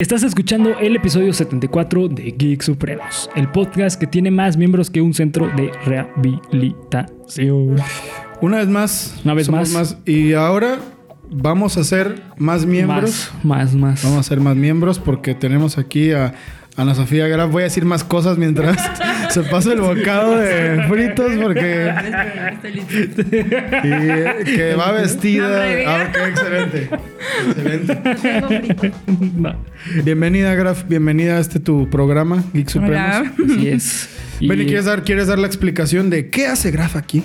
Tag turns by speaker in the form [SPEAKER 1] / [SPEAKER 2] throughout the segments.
[SPEAKER 1] Estás escuchando el episodio 74 de Geek Supremos, el podcast que tiene más miembros que un centro de rehabilitación.
[SPEAKER 2] Una vez más.
[SPEAKER 1] Una vez
[SPEAKER 2] somos
[SPEAKER 1] más.
[SPEAKER 2] Y ahora vamos a ser más miembros.
[SPEAKER 1] Más, más, más.
[SPEAKER 2] Vamos a ser más miembros porque tenemos aquí a Ana Sofía Graf. Voy a decir más cosas mientras se pasa el bocado de fritos porque
[SPEAKER 3] Estoy lista.
[SPEAKER 2] y, eh, que va
[SPEAKER 3] No,
[SPEAKER 2] vestida.
[SPEAKER 3] hombre,
[SPEAKER 2] Ah, ok, excelente. Excelente.
[SPEAKER 3] Tengo frío.
[SPEAKER 1] No,
[SPEAKER 2] Bienvenida, Graf. Bienvenida a este tu programa, Geek Supremos.
[SPEAKER 3] Hola.
[SPEAKER 1] así es. Y
[SPEAKER 2] Benny, ¿quieres dar, ¿quieres dar la explicación de qué hace Graf aquí?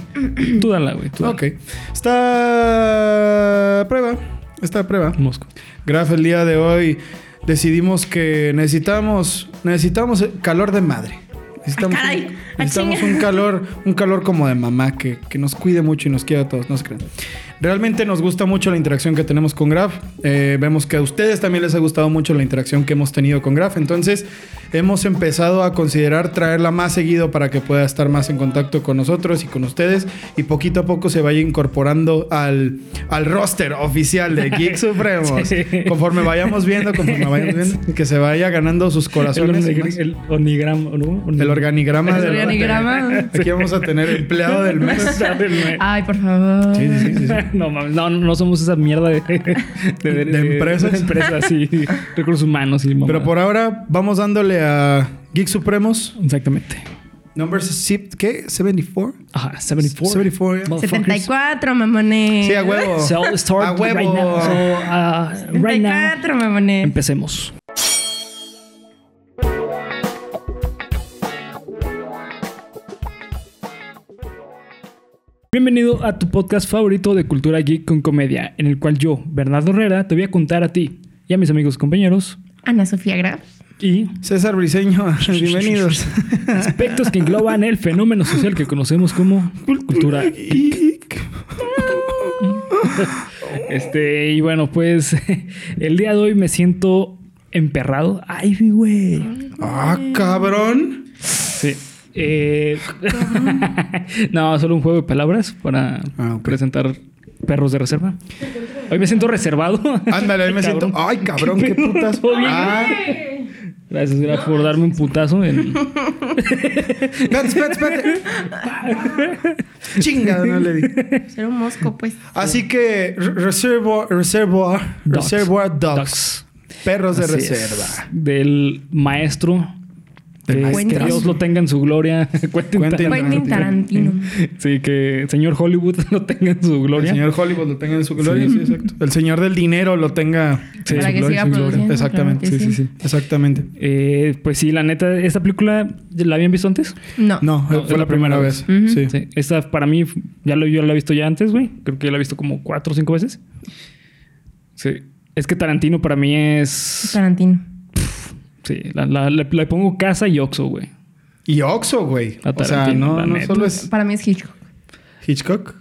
[SPEAKER 1] Tú dala, güey. Tú dala.
[SPEAKER 2] Ok. Está prueba. Está prueba.
[SPEAKER 1] Mosco.
[SPEAKER 2] Graf, el día de hoy decidimos que necesitamos, necesitamos calor de madre. Necesitamos,
[SPEAKER 3] Ah, caray.
[SPEAKER 2] un,
[SPEAKER 3] Ah,
[SPEAKER 2] necesitamos
[SPEAKER 3] chinga.
[SPEAKER 2] un calor, un calor como de mamá que, que nos cuide mucho y nos quiera a todos, no se crean. Realmente nos gusta mucho la interacción que tenemos con Graf. Eh, vemos que a ustedes también les ha gustado mucho la interacción que hemos tenido con Graf. Entonces, hemos empezado a considerar traerla más seguido para que pueda estar más en contacto con nosotros y con ustedes. Y poquito a poco se vaya incorporando al, al roster oficial de Geek Supremos.
[SPEAKER 1] Sí.
[SPEAKER 2] Conforme vayamos viendo, conforme vayamos viendo, que se vaya ganando sus
[SPEAKER 1] El,
[SPEAKER 2] corazones. y más.
[SPEAKER 1] organigrama, el onigrama, ¿no?
[SPEAKER 2] El organigrama.
[SPEAKER 3] El
[SPEAKER 2] del-
[SPEAKER 3] organigrama.
[SPEAKER 2] Aquí vamos a tener empleado del mes.
[SPEAKER 3] Ay, por favor.
[SPEAKER 2] Sí, sí, sí, sí, sí.
[SPEAKER 1] No, mames, no, no somos esa mierda de,
[SPEAKER 2] De empresas.
[SPEAKER 1] De empresas, sí. Recursos humanos y
[SPEAKER 2] Pero por ahora vamos dándole a Geek Supremos.
[SPEAKER 1] Exactamente.
[SPEAKER 2] Number sip- ¿qué? 74.
[SPEAKER 1] Ajá, 74.
[SPEAKER 2] 74, yeah.
[SPEAKER 3] 74, mamones.
[SPEAKER 2] Sí, a huevo.
[SPEAKER 1] So I'll start
[SPEAKER 2] A huevo.
[SPEAKER 1] right now. So, uh, right now,
[SPEAKER 3] 74, mamones.
[SPEAKER 1] empecemos. Bienvenido a tu podcast favorito de cultura geek con comedia, en el cual yo, Bernardo Herrera, te voy a contar a ti y a mis amigos compañeros
[SPEAKER 3] Ana Sofía Graf.
[SPEAKER 1] y
[SPEAKER 2] César Briseño, bienvenidos.
[SPEAKER 1] aspectos que engloban el fenómeno social que conocemos como cultura
[SPEAKER 2] Geek.
[SPEAKER 1] Este, y bueno, pues el día de hoy me siento emperrado. Ay, mi güey.
[SPEAKER 2] Ah, cabrón.
[SPEAKER 1] Sí. Eh, no, solo un juego de palabras para
[SPEAKER 2] Ah, ok.
[SPEAKER 1] presentar perros de reserva. Hoy me siento reservado.
[SPEAKER 2] Ándale, ahí me siento.
[SPEAKER 1] Cabrón.
[SPEAKER 2] Ay, cabrón, qué
[SPEAKER 1] pedo?
[SPEAKER 2] putas.
[SPEAKER 1] ¿Todo bien?
[SPEAKER 2] Ah,
[SPEAKER 1] Gracias Gra, por darme un putazo. en-
[SPEAKER 2] espérate, espérate, espérate. Chinga, no le di.
[SPEAKER 3] Ser un mosco, pues.
[SPEAKER 2] Así que re- reservo, reservo,
[SPEAKER 1] Dogs.
[SPEAKER 2] reservoir dogs,
[SPEAKER 1] Dogs.
[SPEAKER 2] perros de
[SPEAKER 1] Así es.
[SPEAKER 2] reserva.
[SPEAKER 1] Del maestro.
[SPEAKER 2] Del
[SPEAKER 1] Que- que
[SPEAKER 3] maestro.
[SPEAKER 1] Dios lo tenga en su gloria. Quentin
[SPEAKER 2] Quentin
[SPEAKER 3] Quentin Tarantino.
[SPEAKER 1] Sí, que señor Hollywood lo tenga en su gloria.
[SPEAKER 2] El señor Hollywood lo tenga en su gloria, sí, exacto. El señor del dinero lo tenga
[SPEAKER 1] Sí,
[SPEAKER 2] en
[SPEAKER 3] Para
[SPEAKER 2] su
[SPEAKER 3] que
[SPEAKER 2] gloria, en su
[SPEAKER 3] siga
[SPEAKER 2] gloria.
[SPEAKER 3] produciendo,
[SPEAKER 2] Exactamente,
[SPEAKER 3] claro que
[SPEAKER 2] sí, sí, sí, exactamente.
[SPEAKER 1] Eh, pues sí, la neta, esta película la habían visto antes.
[SPEAKER 3] No.
[SPEAKER 2] No,
[SPEAKER 1] No,
[SPEAKER 2] fue la, primera vez.
[SPEAKER 3] Ujú.
[SPEAKER 2] Sí.
[SPEAKER 1] Sí, Esta para mí, ya lo, yo la he visto ya antes, güey. Creo que ya la he visto como cuatro o cinco veces. Sí. Es que Tarantino para mí es.
[SPEAKER 3] Tarantino.
[SPEAKER 1] Sí, la, la- le- le pongo casa y Oxo, güey.
[SPEAKER 2] Y Oxo, güey.
[SPEAKER 1] A
[SPEAKER 2] O sea,
[SPEAKER 1] Tarantino, la
[SPEAKER 2] no, no
[SPEAKER 1] neta.
[SPEAKER 2] solo es
[SPEAKER 3] Para mí es Hitchcock.
[SPEAKER 2] Hitchcock.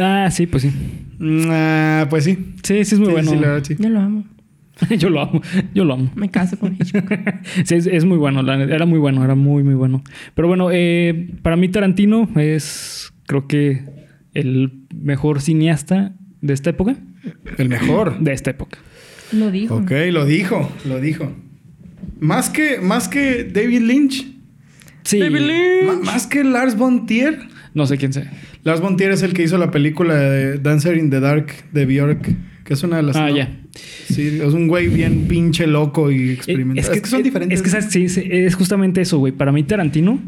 [SPEAKER 1] Ah, sí, pues sí.
[SPEAKER 2] Mm, ah, pues sí.
[SPEAKER 1] Sí, sí, es muy
[SPEAKER 2] Sí,
[SPEAKER 1] bueno.
[SPEAKER 2] sí, la verdad, sí.
[SPEAKER 3] Yo lo amo.
[SPEAKER 1] yo lo amo, yo lo amo.
[SPEAKER 3] Me caso con Hitchcock.
[SPEAKER 1] sí, es, es muy bueno, la neta, era muy bueno, era muy, muy bueno. Pero bueno, eh, para mí Tarantino es, creo que, el mejor cineasta de esta época.
[SPEAKER 2] El mejor.
[SPEAKER 1] De esta época.
[SPEAKER 3] Lo dijo.
[SPEAKER 2] Ok, lo dijo, lo dijo. Más que, más que David Lynch.
[SPEAKER 1] Sí.
[SPEAKER 2] Ma- más que Lars von Trier.
[SPEAKER 1] No sé quién sea.
[SPEAKER 2] Lars von Trier es el que hizo la película de Dancer in the Dark de Björk, que es una de las.
[SPEAKER 1] Ah,
[SPEAKER 2] ¿no?
[SPEAKER 1] ya.
[SPEAKER 2] Sí, es un güey bien pinche loco y experimental. Es que, son diferentes.
[SPEAKER 1] Es que ¿sabes? Sí, sí, es justamente eso, güey. Para mí Tarantino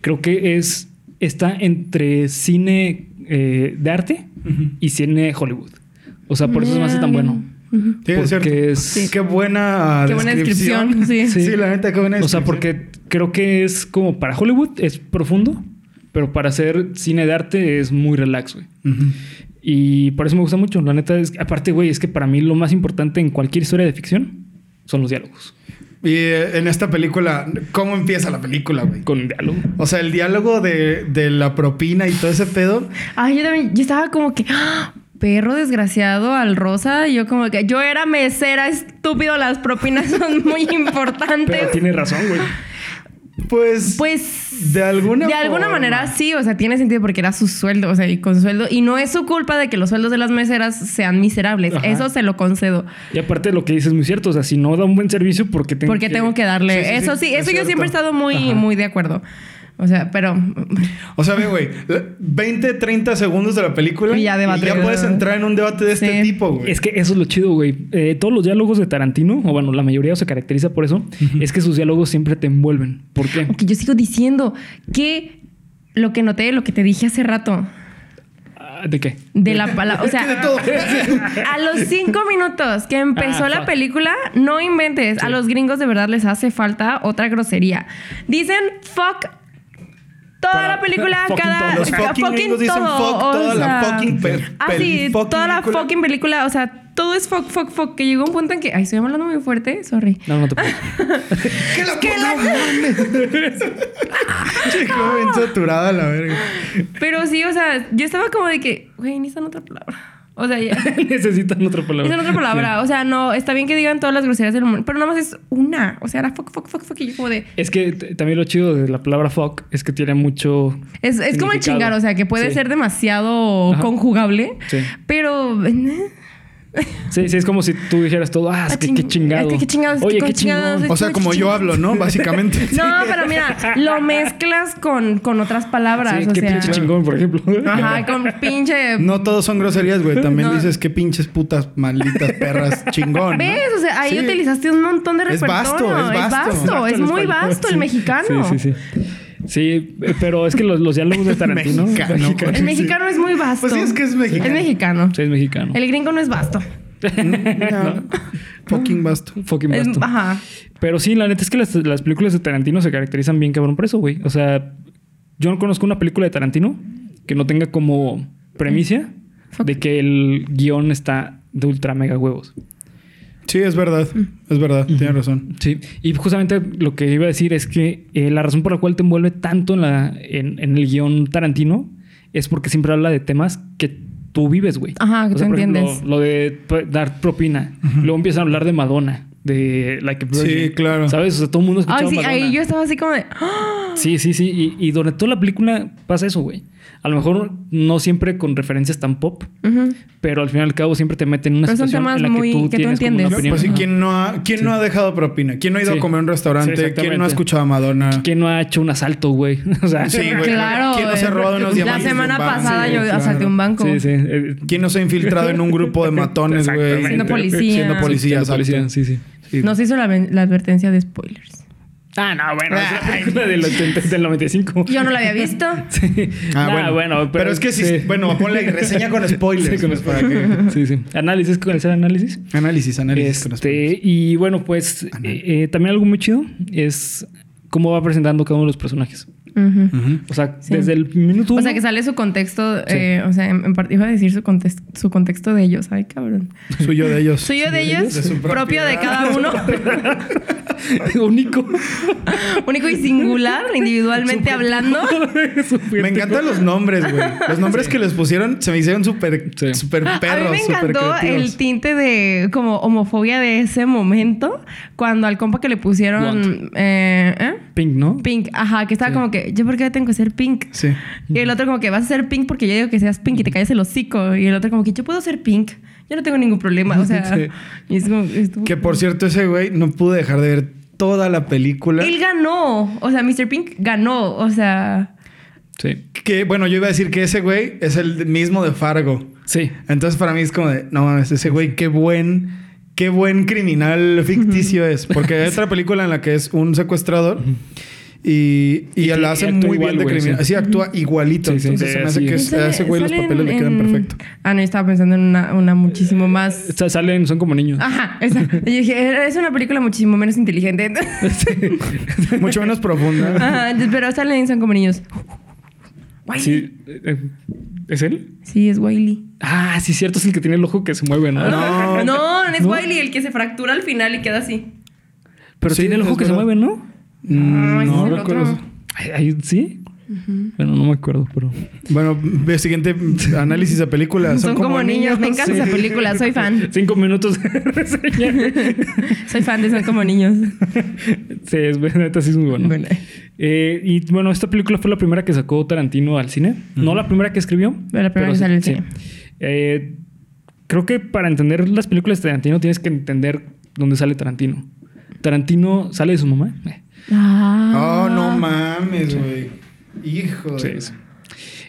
[SPEAKER 1] creo que es está entre cine eh, de arte
[SPEAKER 2] Ujú.
[SPEAKER 1] y cine Hollywood. O sea, por eso se me hace tan
[SPEAKER 3] Ah,
[SPEAKER 1] bueno.
[SPEAKER 3] ujú.
[SPEAKER 2] Sí,
[SPEAKER 1] porque
[SPEAKER 2] es cierto.
[SPEAKER 1] es-
[SPEAKER 2] Sí. Qué buena
[SPEAKER 3] Qué buena descripción. Sí.
[SPEAKER 1] Sí.
[SPEAKER 2] Sí. la neta, qué buena
[SPEAKER 1] O sea,
[SPEAKER 2] descripción.
[SPEAKER 1] porque creo que es como para Hollywood es profundo, pero para hacer cine de arte es muy relax, güey.
[SPEAKER 2] Ujú.
[SPEAKER 1] Y por eso me gusta mucho. La neta es, aparte, güey, es que para mí lo más importante en cualquier historia de ficción son los diálogos.
[SPEAKER 2] Y eh, en esta película, ¿cómo empieza la película, güey?
[SPEAKER 1] Con diálogo.
[SPEAKER 2] O sea, el diálogo de, de la propina y todo ese pedo.
[SPEAKER 3] Ay, yo también, yo estaba como que, ¡ah! perro desgraciado al rosa. Yo como que, yo era mesera, estúpido, las propinas son muy
[SPEAKER 1] Pero
[SPEAKER 3] importantes.
[SPEAKER 1] tiene razón, güey.
[SPEAKER 2] Pues,
[SPEAKER 3] Pues.
[SPEAKER 2] de alguna
[SPEAKER 3] de alguna
[SPEAKER 2] forma.
[SPEAKER 3] manera sí, o sea, tiene sentido porque era su sueldo, o sea, y con sueldo. Y no es su culpa de que los sueldos de las meseras sean miserables.
[SPEAKER 2] Ajá.
[SPEAKER 3] Eso se lo concedo.
[SPEAKER 1] Y aparte lo que dices es muy cierto. O sea, si no da un buen servicio, porque tengo
[SPEAKER 3] porque tengo que darle. eso sí,
[SPEAKER 2] es
[SPEAKER 3] eso yo
[SPEAKER 2] cierto.
[SPEAKER 3] siempre he estado muy,
[SPEAKER 2] Ajá.
[SPEAKER 3] muy de acuerdo. O sea, pero.
[SPEAKER 2] O sea, ve, güey, la- 20, 30 segundos de la película
[SPEAKER 3] Y ya debate.
[SPEAKER 2] puedes entrar en un debate de este
[SPEAKER 3] Sí.
[SPEAKER 2] tipo, güey.
[SPEAKER 1] Es que eso es lo chido, güey. Eh, todos los diálogos de Tarantino, o bueno, la mayoría se caracteriza por eso, es que sus diálogos siempre te envuelven. ¿Por qué?
[SPEAKER 3] Aunque yo sigo diciendo que lo que noté, lo que te dije hace rato,
[SPEAKER 1] Ah, ¿De qué?
[SPEAKER 3] de la palabra. O sea,
[SPEAKER 2] De todo.
[SPEAKER 3] a los cinco minutos que empezó
[SPEAKER 1] Ah,
[SPEAKER 3] la
[SPEAKER 1] fuck.
[SPEAKER 3] película, no inventes. A los gringos de verdad les hace falta otra grosería. Dicen fuck. Toda
[SPEAKER 1] Para-
[SPEAKER 3] la película,
[SPEAKER 1] fucking
[SPEAKER 3] cada.
[SPEAKER 1] todo.
[SPEAKER 2] Los
[SPEAKER 3] cada
[SPEAKER 2] fucking gringos dicen
[SPEAKER 3] todo,
[SPEAKER 2] fuck
[SPEAKER 3] o
[SPEAKER 2] toda la
[SPEAKER 3] sea,
[SPEAKER 2] fucking pe-
[SPEAKER 3] Ah,
[SPEAKER 2] peli-
[SPEAKER 3] sí,
[SPEAKER 2] fucking
[SPEAKER 3] toda la
[SPEAKER 2] película.
[SPEAKER 3] fucking película. O sea, todo es fuck, fuck, fuck. Que llegó un punto en que. Ay, estoy hablando muy fuerte, sorry.
[SPEAKER 1] No, no te puedo.
[SPEAKER 2] ¡Que la puta madre! Chico, bien saturada la verga.
[SPEAKER 3] Pero sí, o sea, yo estaba como de que, güey, necesitan otra palabra. O sea, ya.
[SPEAKER 1] Necesitan otra palabra.
[SPEAKER 3] Necesitan otra palabra. O sea, no, está bien que digan todas las groserías del mundo, pero nada más es una. O sea, era fuck, fuck, fuck, fuck. Y yo como de.
[SPEAKER 1] Es que t- también lo chido de la palabra fuck es que tiene mucho.
[SPEAKER 3] Es, es como
[SPEAKER 1] significado.
[SPEAKER 3] el chingar, o sea, que puede
[SPEAKER 1] Sí.
[SPEAKER 3] ser demasiado
[SPEAKER 1] Ajá.
[SPEAKER 3] conjugable,
[SPEAKER 1] Sí.
[SPEAKER 3] pero.
[SPEAKER 1] Sí, sí, es como si tú dijeras todo, ah, es
[SPEAKER 3] Ah,
[SPEAKER 1] que
[SPEAKER 3] ching-
[SPEAKER 1] qué chingado.
[SPEAKER 3] es que qué chingados,
[SPEAKER 1] Oye,
[SPEAKER 3] qué
[SPEAKER 1] qué
[SPEAKER 3] chingados,
[SPEAKER 1] chingón.
[SPEAKER 2] O sea, como yo hablo, ¿no? Básicamente.
[SPEAKER 3] No, pero mira, lo mezclas con, con otras palabras.
[SPEAKER 1] Sí,
[SPEAKER 3] o
[SPEAKER 1] qué
[SPEAKER 3] sea,
[SPEAKER 1] pinche chingón, por ejemplo.
[SPEAKER 3] Ajá, con pinche.
[SPEAKER 2] No todos son groserías, güey. También
[SPEAKER 3] No.
[SPEAKER 2] dices qué pinches putas malditas perras chingón. ¿no?
[SPEAKER 3] ¿Ves? O sea, ahí
[SPEAKER 2] Sí.
[SPEAKER 3] utilizaste un montón de
[SPEAKER 2] Es
[SPEAKER 3] repertorio.
[SPEAKER 2] vasto, es
[SPEAKER 3] es
[SPEAKER 2] vasto.
[SPEAKER 3] vasto, es muy
[SPEAKER 1] español.
[SPEAKER 3] vasto el
[SPEAKER 1] Sí.
[SPEAKER 3] mexicano.
[SPEAKER 1] Sí, sí, sí. Sí, eh, pero es que los, los diálogos de Tarantino.
[SPEAKER 2] Mexicano,
[SPEAKER 1] Mexicano.
[SPEAKER 3] El mexicano es muy vasto.
[SPEAKER 2] Pues sí, es que es mexicano.
[SPEAKER 3] Es mexicano.
[SPEAKER 1] Sí, es mexicano.
[SPEAKER 3] El gringo no es vasto.
[SPEAKER 2] No. Fucking basto.
[SPEAKER 1] Fucking
[SPEAKER 3] Es-
[SPEAKER 1] vasto.
[SPEAKER 3] ajá.
[SPEAKER 1] Pero sí, la neta es que las, las películas de Tarantino se caracterizan bien cabrón por eso, güey. O sea, yo no conozco una película de Tarantino que no tenga como premisa
[SPEAKER 3] Fuck.
[SPEAKER 1] de que el guión está de ultra mega huevos.
[SPEAKER 2] Sí, es verdad. Es verdad. Tienes razón.
[SPEAKER 1] Sí, y justamente lo que iba a decir es que eh, la razón por la cual te envuelve tanto en, la, en, en el guión Tarantino es porque siempre habla de temas que tú vives, güey.
[SPEAKER 3] Ajá, que tú
[SPEAKER 1] por ejemplo,
[SPEAKER 3] entiendes.
[SPEAKER 1] lo de p- dar propina. Luego empiezan a hablar de Madonna, de Like a Virgin.
[SPEAKER 2] Sí, claro.
[SPEAKER 1] ¿Sabes? O sea, todo el
[SPEAKER 2] Pues
[SPEAKER 1] mundo escuchaba
[SPEAKER 3] Ay, sí,
[SPEAKER 1] Madonna.
[SPEAKER 3] ahí yo estaba así como de. ¡Ah!
[SPEAKER 1] Sí, sí, sí. Y, y durante toda la película pasa eso, güey. A lo mejor no siempre con referencias tan pop,
[SPEAKER 3] Ujú.
[SPEAKER 1] pero al final y al cabo siempre te meten en una
[SPEAKER 3] Pero son
[SPEAKER 1] situación
[SPEAKER 3] temas
[SPEAKER 1] en la que
[SPEAKER 3] muy-
[SPEAKER 1] tú
[SPEAKER 3] que tú
[SPEAKER 1] tienes como una
[SPEAKER 3] entiendes.
[SPEAKER 1] opinión.
[SPEAKER 2] Pues sí,
[SPEAKER 1] Ajá.
[SPEAKER 2] ¿quién no ha, quién no ha dejado propina? ¿Quién no ha ido
[SPEAKER 1] Sí.
[SPEAKER 2] a comer a un
[SPEAKER 1] Sí,
[SPEAKER 2] restaurante? ¿Quién no ha
[SPEAKER 1] exactamente.
[SPEAKER 2] escuchado a Madonna?
[SPEAKER 1] ¿Quién no ha hecho un asalto, güey? o sea,
[SPEAKER 2] Sí, güey.
[SPEAKER 3] Claro.
[SPEAKER 2] ¿Quién no se ha
[SPEAKER 3] eh,
[SPEAKER 2] robado unos diamantes de
[SPEAKER 3] La
[SPEAKER 2] un
[SPEAKER 3] semana
[SPEAKER 2] banco?
[SPEAKER 3] pasada
[SPEAKER 2] Sí,
[SPEAKER 3] yo
[SPEAKER 2] claro.
[SPEAKER 3] asalté un banco.
[SPEAKER 1] sí, sí. eh,
[SPEAKER 2] ¿Quién no se ha infiltrado en un grupo de matones, güey?
[SPEAKER 1] Exactamente. Siendo
[SPEAKER 3] policía.
[SPEAKER 2] Siendo policía,
[SPEAKER 1] Siendo
[SPEAKER 2] exacto.
[SPEAKER 1] policía, sí, sí. Sí.
[SPEAKER 3] Nos hizo la, ven- la advertencia de spoilers.
[SPEAKER 1] Ah, no, bueno, es la película del, 80 del 95.
[SPEAKER 3] Yo no la había visto.
[SPEAKER 1] Sí.
[SPEAKER 2] Ah,
[SPEAKER 1] Nah,
[SPEAKER 2] bueno. Pero, es que si... Bueno, ponle reseña con spoilers.
[SPEAKER 1] Sí, con
[SPEAKER 2] pues, para
[SPEAKER 1] spoilers.
[SPEAKER 2] que-
[SPEAKER 1] Sí, sí. Análisis, ¿cuál es el análisis?
[SPEAKER 2] Análisis, análisis con spoilers.
[SPEAKER 1] Este, y bueno, pues
[SPEAKER 2] Anal.
[SPEAKER 1] eh, eh, también algo muy chido es cómo va presentando cada uno de los personajes.
[SPEAKER 3] Ujú.
[SPEAKER 2] Ujú.
[SPEAKER 1] O sea,
[SPEAKER 3] Sí.
[SPEAKER 1] desde el minuto
[SPEAKER 3] O
[SPEAKER 1] uno.
[SPEAKER 3] sea, que sale su contexto. eh, o sea, en, en parte iba a decir su, context- su contexto de ellos. Ay, cabrón.
[SPEAKER 2] Suyo de ellos.
[SPEAKER 3] Suyo de ellos,
[SPEAKER 2] De su
[SPEAKER 3] propio de
[SPEAKER 2] propiedad.
[SPEAKER 3] cada uno,
[SPEAKER 1] único.
[SPEAKER 3] único y singular, individualmente hablando.
[SPEAKER 1] Súper
[SPEAKER 2] Me encantan los nombres, güey. Los nombres que les pusieron se me hicieron súper
[SPEAKER 1] Sí.
[SPEAKER 2] súper perros.
[SPEAKER 3] a mí me
[SPEAKER 2] súper
[SPEAKER 3] encantó
[SPEAKER 2] creativos.
[SPEAKER 3] el tinte de como homofobia de ese momento, cuando al compa que le pusieron
[SPEAKER 1] Blond.
[SPEAKER 3] eh, ¿eh?
[SPEAKER 1] Pink, ¿no?
[SPEAKER 3] pink, ajá, que estaba como que, yo por qué tengo que ser pink.
[SPEAKER 2] Sí.
[SPEAKER 3] Y el otro como que vas a ser pink porque yo digo que seas pink y te calles el hocico. Y el otro como que yo puedo ser pink. Yo no tengo ningún problema. O sea,
[SPEAKER 1] Sí.
[SPEAKER 3] y es como... estuvo-
[SPEAKER 2] Que por cierto, ese güey no pude dejar de ver toda la película.
[SPEAKER 3] Él ganó. O sea, Mr. Pink ganó. O sea...
[SPEAKER 1] Sí.
[SPEAKER 2] Que bueno, yo iba a decir que ese güey es el mismo de Fargo.
[SPEAKER 1] Sí.
[SPEAKER 2] Entonces para mí es como de, no mames, ese güey qué buen, qué buen criminal ficticio es. Porque hay otra película en la que es un secuestrador y, y,
[SPEAKER 1] Y-
[SPEAKER 2] lo
[SPEAKER 1] y
[SPEAKER 2] hace
[SPEAKER 1] actúa
[SPEAKER 2] muy
[SPEAKER 1] igual,
[SPEAKER 2] bien de
[SPEAKER 1] güey,
[SPEAKER 2] criminal.
[SPEAKER 1] sí.
[SPEAKER 2] Así actúa igualito.
[SPEAKER 1] Sí, sí,
[SPEAKER 2] Entonces
[SPEAKER 1] sí,
[SPEAKER 2] se me hace
[SPEAKER 1] así
[SPEAKER 2] que
[SPEAKER 1] es.
[SPEAKER 2] es- a ese güey los
[SPEAKER 3] Salen
[SPEAKER 2] papeles le quedan
[SPEAKER 3] en-
[SPEAKER 2] perfecto. Eh,
[SPEAKER 3] Ah, no, yo estaba pensando en una, una muchísimo más...
[SPEAKER 1] Sa- Salen, son como niños.
[SPEAKER 3] Ajá, esa. Yo dije, es una película muchísimo menos inteligente.
[SPEAKER 2] Mucho menos profunda.
[SPEAKER 3] Ajá, pero salen son como niños. Wiley. Sí,
[SPEAKER 1] Sí. eh, eh, ¿Es él?
[SPEAKER 3] es Wiley.
[SPEAKER 1] Ah, sí, cierto, es el que tiene el ojo que se mueve, ¿no?
[SPEAKER 2] No.
[SPEAKER 3] No, no es
[SPEAKER 1] No.
[SPEAKER 3] Wiley el que se fractura al final y queda así.
[SPEAKER 1] Pero
[SPEAKER 2] Sí,
[SPEAKER 1] tiene el ojo
[SPEAKER 2] es
[SPEAKER 1] que
[SPEAKER 2] verdad.
[SPEAKER 1] se mueve, ¿no?
[SPEAKER 2] Mm,
[SPEAKER 3] Ay, ese
[SPEAKER 2] no
[SPEAKER 3] es el
[SPEAKER 2] recuerdo.
[SPEAKER 3] otro.
[SPEAKER 1] Ay, ay, sí. Bueno, no me acuerdo, pero.
[SPEAKER 2] Bueno, el siguiente análisis de película.
[SPEAKER 3] Son, como, niños. Me encanta esa película. Soy fan.
[SPEAKER 1] Cinco minutos de reseña.
[SPEAKER 3] Soy fan de Son como niños.
[SPEAKER 1] Sí, es neta, sí es muy bueno.
[SPEAKER 3] Bueno.
[SPEAKER 1] Eh, y bueno, esta película fue la primera que sacó Tarantino al cine. No la primera que escribió.
[SPEAKER 3] Pero la primera que salió al
[SPEAKER 1] sí.
[SPEAKER 3] cine.
[SPEAKER 1] Eh, creo que para entender las películas de Tarantino tienes que entender dónde sale Tarantino. Tarantino sale de su mamá. Eh.
[SPEAKER 3] Ah.
[SPEAKER 2] Oh, no mames, güey. Hijo de...
[SPEAKER 1] Sí, sí.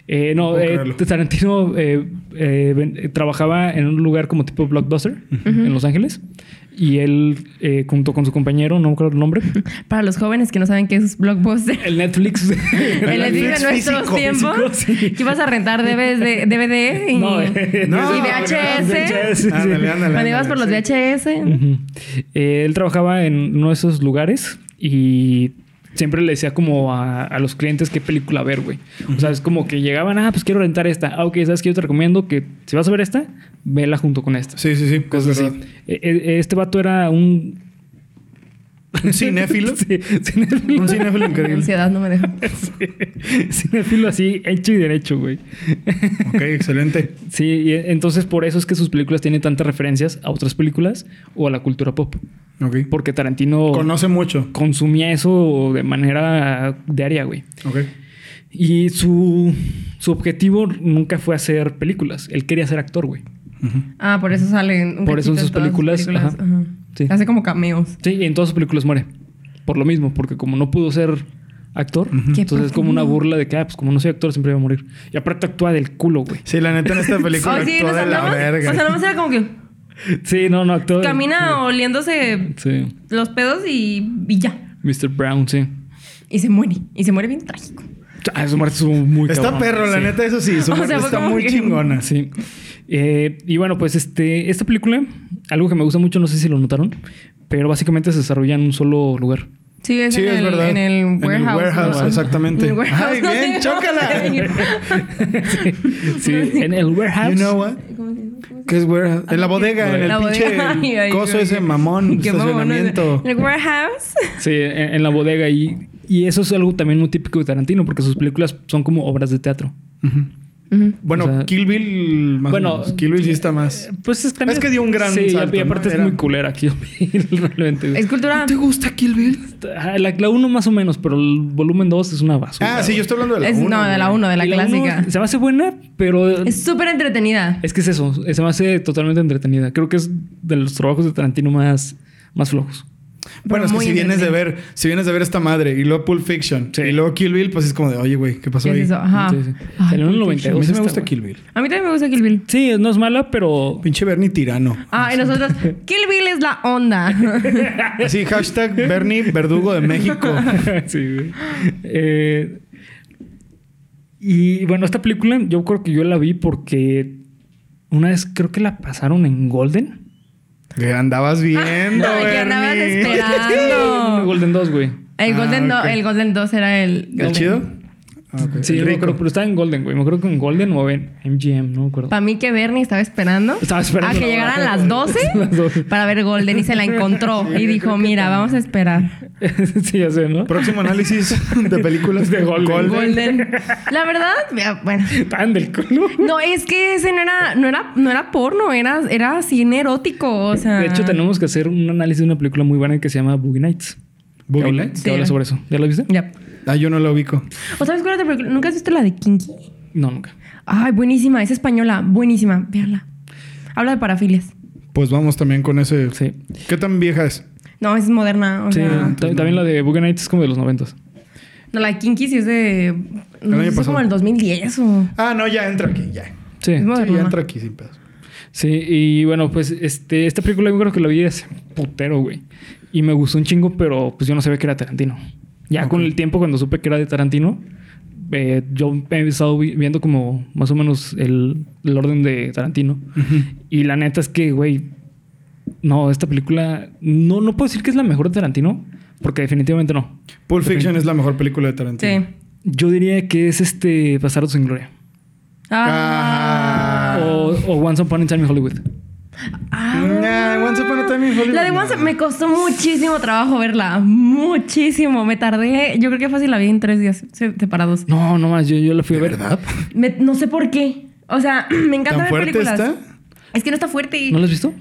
[SPEAKER 1] Eh, no,
[SPEAKER 2] puedo
[SPEAKER 1] eh,
[SPEAKER 2] creerlo.
[SPEAKER 1] Tarantino eh, eh, ven- eh, trabajaba en un lugar como tipo blockbuster en Los Ángeles y él eh, junto con su compañero, no me acuerdo el nombre,
[SPEAKER 3] Para los jóvenes que no saben qué es Blockbuster.
[SPEAKER 1] el Netflix.
[SPEAKER 3] El
[SPEAKER 2] Netflix
[SPEAKER 3] Netflix de nuestros
[SPEAKER 2] físico.
[SPEAKER 3] tiempos.
[SPEAKER 1] Físico, sí.
[SPEAKER 3] Que ibas a rentar DVD, DVD y,
[SPEAKER 1] No, eh,
[SPEAKER 2] no,
[SPEAKER 3] y VHS.
[SPEAKER 1] sí, sí.
[SPEAKER 2] Ándale, ándale.
[SPEAKER 3] Cuando ibas por los
[SPEAKER 2] ándale, sí.
[SPEAKER 3] VHS.
[SPEAKER 1] Ujú. Eh, él trabajaba en uno de esos lugares y siempre le decía como a, a los clientes qué película ver, güey. O sea, es como que llegaban, ah, pues quiero rentar esta. Ah, ok, ¿sabes qué? Yo te recomiendo que si vas a ver esta, vela junto con esta.
[SPEAKER 2] Sí, sí, sí.
[SPEAKER 1] Cosas
[SPEAKER 2] es
[SPEAKER 1] así.
[SPEAKER 2] verdad.
[SPEAKER 1] Eh, eh, Este vato era un...
[SPEAKER 2] Un cinéfilo.
[SPEAKER 1] Sí, cinéfilo.
[SPEAKER 2] Un cinéfilo
[SPEAKER 3] La
[SPEAKER 2] increíble.
[SPEAKER 3] ansiedad no me dejó.
[SPEAKER 1] Sí, cinéfilo así, hecho y derecho, güey.
[SPEAKER 2] ok, excelente.
[SPEAKER 1] Sí, y eh, entonces por eso es que sus películas tienen tantas referencias a otras películas o a la cultura pop.
[SPEAKER 2] Ok.
[SPEAKER 1] Porque Tarantino...
[SPEAKER 2] Conoce mucho.
[SPEAKER 1] consumía eso de manera diaria, güey.
[SPEAKER 2] Ok.
[SPEAKER 1] Y su, su objetivo nunca fue hacer películas. Él quería ser actor, güey.
[SPEAKER 3] Ah, por eso salen. un
[SPEAKER 1] Por eso en
[SPEAKER 3] cachito
[SPEAKER 1] sus
[SPEAKER 3] todas
[SPEAKER 1] películas, ajá. Sí.
[SPEAKER 3] Hace como cameos.
[SPEAKER 1] Sí, y en todas sus películas muere. Por lo mismo, porque como no pudo ser actor, entonces
[SPEAKER 3] Qué
[SPEAKER 1] es como
[SPEAKER 3] profundo.
[SPEAKER 1] una burla de que, ah, pues como no soy actor, siempre voy a morir. Y aparte actúa del culo, güey.
[SPEAKER 2] Sí, la neta en esta película
[SPEAKER 3] Oh, sí,
[SPEAKER 2] actúa
[SPEAKER 3] nos
[SPEAKER 2] de la
[SPEAKER 3] andamos-
[SPEAKER 2] verga.
[SPEAKER 3] O sea, nomás era como que
[SPEAKER 1] Sí, no, no, actúa.
[SPEAKER 3] camina oliéndose
[SPEAKER 1] Sí,
[SPEAKER 3] los pedos y, y ya.
[SPEAKER 1] Mr. Brown, sí.
[SPEAKER 3] Y se muere. Y se muere bien trágico.
[SPEAKER 1] Ah, su muerte estuvo muy
[SPEAKER 2] está
[SPEAKER 1] cabrón.
[SPEAKER 2] perro, la
[SPEAKER 1] Sí.
[SPEAKER 2] neta, eso sí. su
[SPEAKER 3] O sea,
[SPEAKER 2] muerte
[SPEAKER 3] fue
[SPEAKER 2] está
[SPEAKER 3] como
[SPEAKER 2] muy
[SPEAKER 3] que-
[SPEAKER 2] chingona.
[SPEAKER 1] Sí. Eh, y bueno, pues este, esta película, algo que me gusta mucho, no sé si lo notaron, pero básicamente se desarrolla en un solo lugar.
[SPEAKER 3] Sí, es,
[SPEAKER 2] Sí,
[SPEAKER 3] en,
[SPEAKER 2] es
[SPEAKER 3] el,
[SPEAKER 2] verdad.
[SPEAKER 3] en el
[SPEAKER 2] En el
[SPEAKER 3] warehouse.
[SPEAKER 2] warehouse,
[SPEAKER 3] ¿no?
[SPEAKER 2] exactamente.
[SPEAKER 3] En el warehouse,
[SPEAKER 2] Ay,
[SPEAKER 3] no
[SPEAKER 2] bien,
[SPEAKER 3] sé
[SPEAKER 2] chócala.
[SPEAKER 1] Sí, en el warehouse.
[SPEAKER 2] You know what?
[SPEAKER 3] ¿Cómo se llama?
[SPEAKER 2] ¿Qué es warehouse? En la bodega, en el
[SPEAKER 3] Ah, La
[SPEAKER 2] pinche
[SPEAKER 3] bodega. Ay, ay,
[SPEAKER 2] coso
[SPEAKER 3] ay,
[SPEAKER 2] ese
[SPEAKER 3] ay.
[SPEAKER 2] mamón,
[SPEAKER 3] Qué mamón,
[SPEAKER 2] estacionamiento.
[SPEAKER 3] ¿no? El warehouse.
[SPEAKER 1] Sí, en, en la bodega. Y, y eso es algo también muy típico de Tarantino, porque sus películas son como obras de teatro.
[SPEAKER 2] Ujú. Bueno,
[SPEAKER 1] O sea,
[SPEAKER 2] Kill Bill más
[SPEAKER 1] bueno,
[SPEAKER 2] o menos. Kill Bill sí está más.
[SPEAKER 1] Pues es,
[SPEAKER 2] Es que dio un gran
[SPEAKER 1] Sí, y-
[SPEAKER 2] salto,
[SPEAKER 1] y aparte
[SPEAKER 2] ¿no?
[SPEAKER 1] es
[SPEAKER 2] Era-
[SPEAKER 1] muy culera aquí. realmente.
[SPEAKER 3] Es cultura.
[SPEAKER 2] gusta Kill Bill?
[SPEAKER 1] Ah, La 1 más o menos, pero el volumen 2 es una basura.
[SPEAKER 2] Ah, sí, yo estoy hablando de la
[SPEAKER 3] Es,
[SPEAKER 2] 1.
[SPEAKER 3] no, de la 1, de la
[SPEAKER 1] Y
[SPEAKER 3] clásica.
[SPEAKER 1] uno se me hace buena, pero
[SPEAKER 3] Es súper entretenida.
[SPEAKER 1] Es que es eso, se me hace totalmente entretenida. Creo que es de los trabajos de Tarantino más, más flojos.
[SPEAKER 2] Bueno, es que
[SPEAKER 3] muy
[SPEAKER 2] si vienes de
[SPEAKER 3] entretenida.
[SPEAKER 2] ver, si vienes de ver esta madre y luego Pulp Fiction
[SPEAKER 1] Sí.
[SPEAKER 2] y luego Kill Bill, pues es como de, oye, güey, ¿qué pasó
[SPEAKER 3] ¿Qué
[SPEAKER 2] ahí?
[SPEAKER 3] es eso? Ajá.
[SPEAKER 1] Sí, sí.
[SPEAKER 3] Ay,
[SPEAKER 1] Salió en el
[SPEAKER 3] Pulp
[SPEAKER 1] 92.
[SPEAKER 2] A mí sí me
[SPEAKER 1] Está
[SPEAKER 2] gusta
[SPEAKER 1] bueno.
[SPEAKER 2] Kill Bill.
[SPEAKER 3] Fiction. A mí también me gusta Kill Bill.
[SPEAKER 1] Sí, no es mala, pero.
[SPEAKER 2] Pinche Bernie tirano.
[SPEAKER 3] Ah, y nosotros, Kill Bill es la onda.
[SPEAKER 2] Así, hashtag Bernie Verdugo de México.
[SPEAKER 1] sí, güey. Eh, y bueno, esta película yo creo que yo la vi porque una vez creo que la pasaron en Golden.
[SPEAKER 2] Que andabas viendo,
[SPEAKER 3] Ay, que andabas
[SPEAKER 2] Bernie.
[SPEAKER 1] En
[SPEAKER 3] esperando.
[SPEAKER 1] Golden 2, güey.
[SPEAKER 3] El
[SPEAKER 2] Ah,
[SPEAKER 3] Golden, Do-
[SPEAKER 2] ok.
[SPEAKER 3] el Golden 2 era el.
[SPEAKER 2] ¿El chido? Ah, ok.
[SPEAKER 1] Sí,
[SPEAKER 2] El
[SPEAKER 1] yo me acuerdo, pero estaba en Golden, güey. Me acuerdo que en Golden o en MGM, no me acuerdo.
[SPEAKER 3] Para mí que Bernie estaba esperando,
[SPEAKER 1] Estaba esperando.
[SPEAKER 3] a que llegaran las 12
[SPEAKER 1] Las 12.
[SPEAKER 3] para ver Golden y se la encontró y dijo, mira, vamos a esperar.
[SPEAKER 1] sí, ya sé, ¿no?
[SPEAKER 2] Próximo análisis de películas
[SPEAKER 1] De Golden.
[SPEAKER 3] Golden. La verdad, mira, bueno.
[SPEAKER 1] Estaban del culo.
[SPEAKER 3] No, es que ese no era, no era, no era porno, era, era cine erótico. O sea.
[SPEAKER 1] De hecho, tenemos que hacer un análisis de una película muy buena que se llama Boogie Nights.
[SPEAKER 2] Boogie
[SPEAKER 1] Que habla-
[SPEAKER 2] Nights.
[SPEAKER 1] Que habla
[SPEAKER 3] Sí.
[SPEAKER 1] sobre eso. ¿Ya lo viste?
[SPEAKER 3] Ya.
[SPEAKER 2] Ah, yo no lo ubico.
[SPEAKER 3] ¿O sabes cuál es la película? ¿Nunca has visto la de Kinky?
[SPEAKER 1] No, nunca.
[SPEAKER 3] Ay, buenísima, es española, buenísima, véanla. Habla de parafilias.
[SPEAKER 2] Pues vamos también con ese.
[SPEAKER 1] Sí.
[SPEAKER 2] ¿Qué tan vieja es?
[SPEAKER 3] No, es moderna, o
[SPEAKER 1] Sí,
[SPEAKER 3] sea. pues
[SPEAKER 1] ta- también la de Boogie Nights es como de los noventas.
[SPEAKER 3] No, la de Kinky sí es de. No
[SPEAKER 2] año
[SPEAKER 3] sé, es
[SPEAKER 2] pasado.
[SPEAKER 3] como el 2010 o.
[SPEAKER 2] Ah, no, ya entra aquí, ya.
[SPEAKER 1] Sí.
[SPEAKER 3] Es
[SPEAKER 2] Sí,
[SPEAKER 3] moderna.
[SPEAKER 2] ya entra aquí sin pedos.
[SPEAKER 1] Sí, y bueno, pues este, esta película yo creo que la vi hace putero, güey. Y me gustó un chingo, pero pues yo no sabía que era Tarantino. Ya con
[SPEAKER 2] Ok.
[SPEAKER 1] el tiempo, cuando supe que era de Tarantino, eh, yo he estado vi- viendo como más o menos el, el orden de Tarantino. Y la neta es que, güey, no, esta película, no, no puedo decir que es la mejor de Tarantino, porque definitivamente no.
[SPEAKER 2] Pulp Fiction es la mejor película de Tarantino.
[SPEAKER 3] Sí.
[SPEAKER 1] Yo diría que es este Bastardos sin Gloria.
[SPEAKER 3] Ah.
[SPEAKER 2] Ah.
[SPEAKER 1] O, o Once Upon a Time in Hollywood.
[SPEAKER 2] Ah, Once Upon a Time in Hollywood,
[SPEAKER 3] La de
[SPEAKER 2] no.
[SPEAKER 3] Once me costó muchísimo trabajo verla. Muchísimo. Me tardé. Yo creo que fácil la vi en tres días se- separados.
[SPEAKER 1] No, no más, yo, yo la fui a ver.
[SPEAKER 2] ¿Verdad?
[SPEAKER 3] Me- no sé por qué. O sea, me encanta
[SPEAKER 2] ¿Tan
[SPEAKER 3] ver
[SPEAKER 2] fuerte
[SPEAKER 3] películas.
[SPEAKER 2] está?
[SPEAKER 3] Es que no está fuerte.
[SPEAKER 1] ¿No
[SPEAKER 3] ¿No,
[SPEAKER 1] la has visto?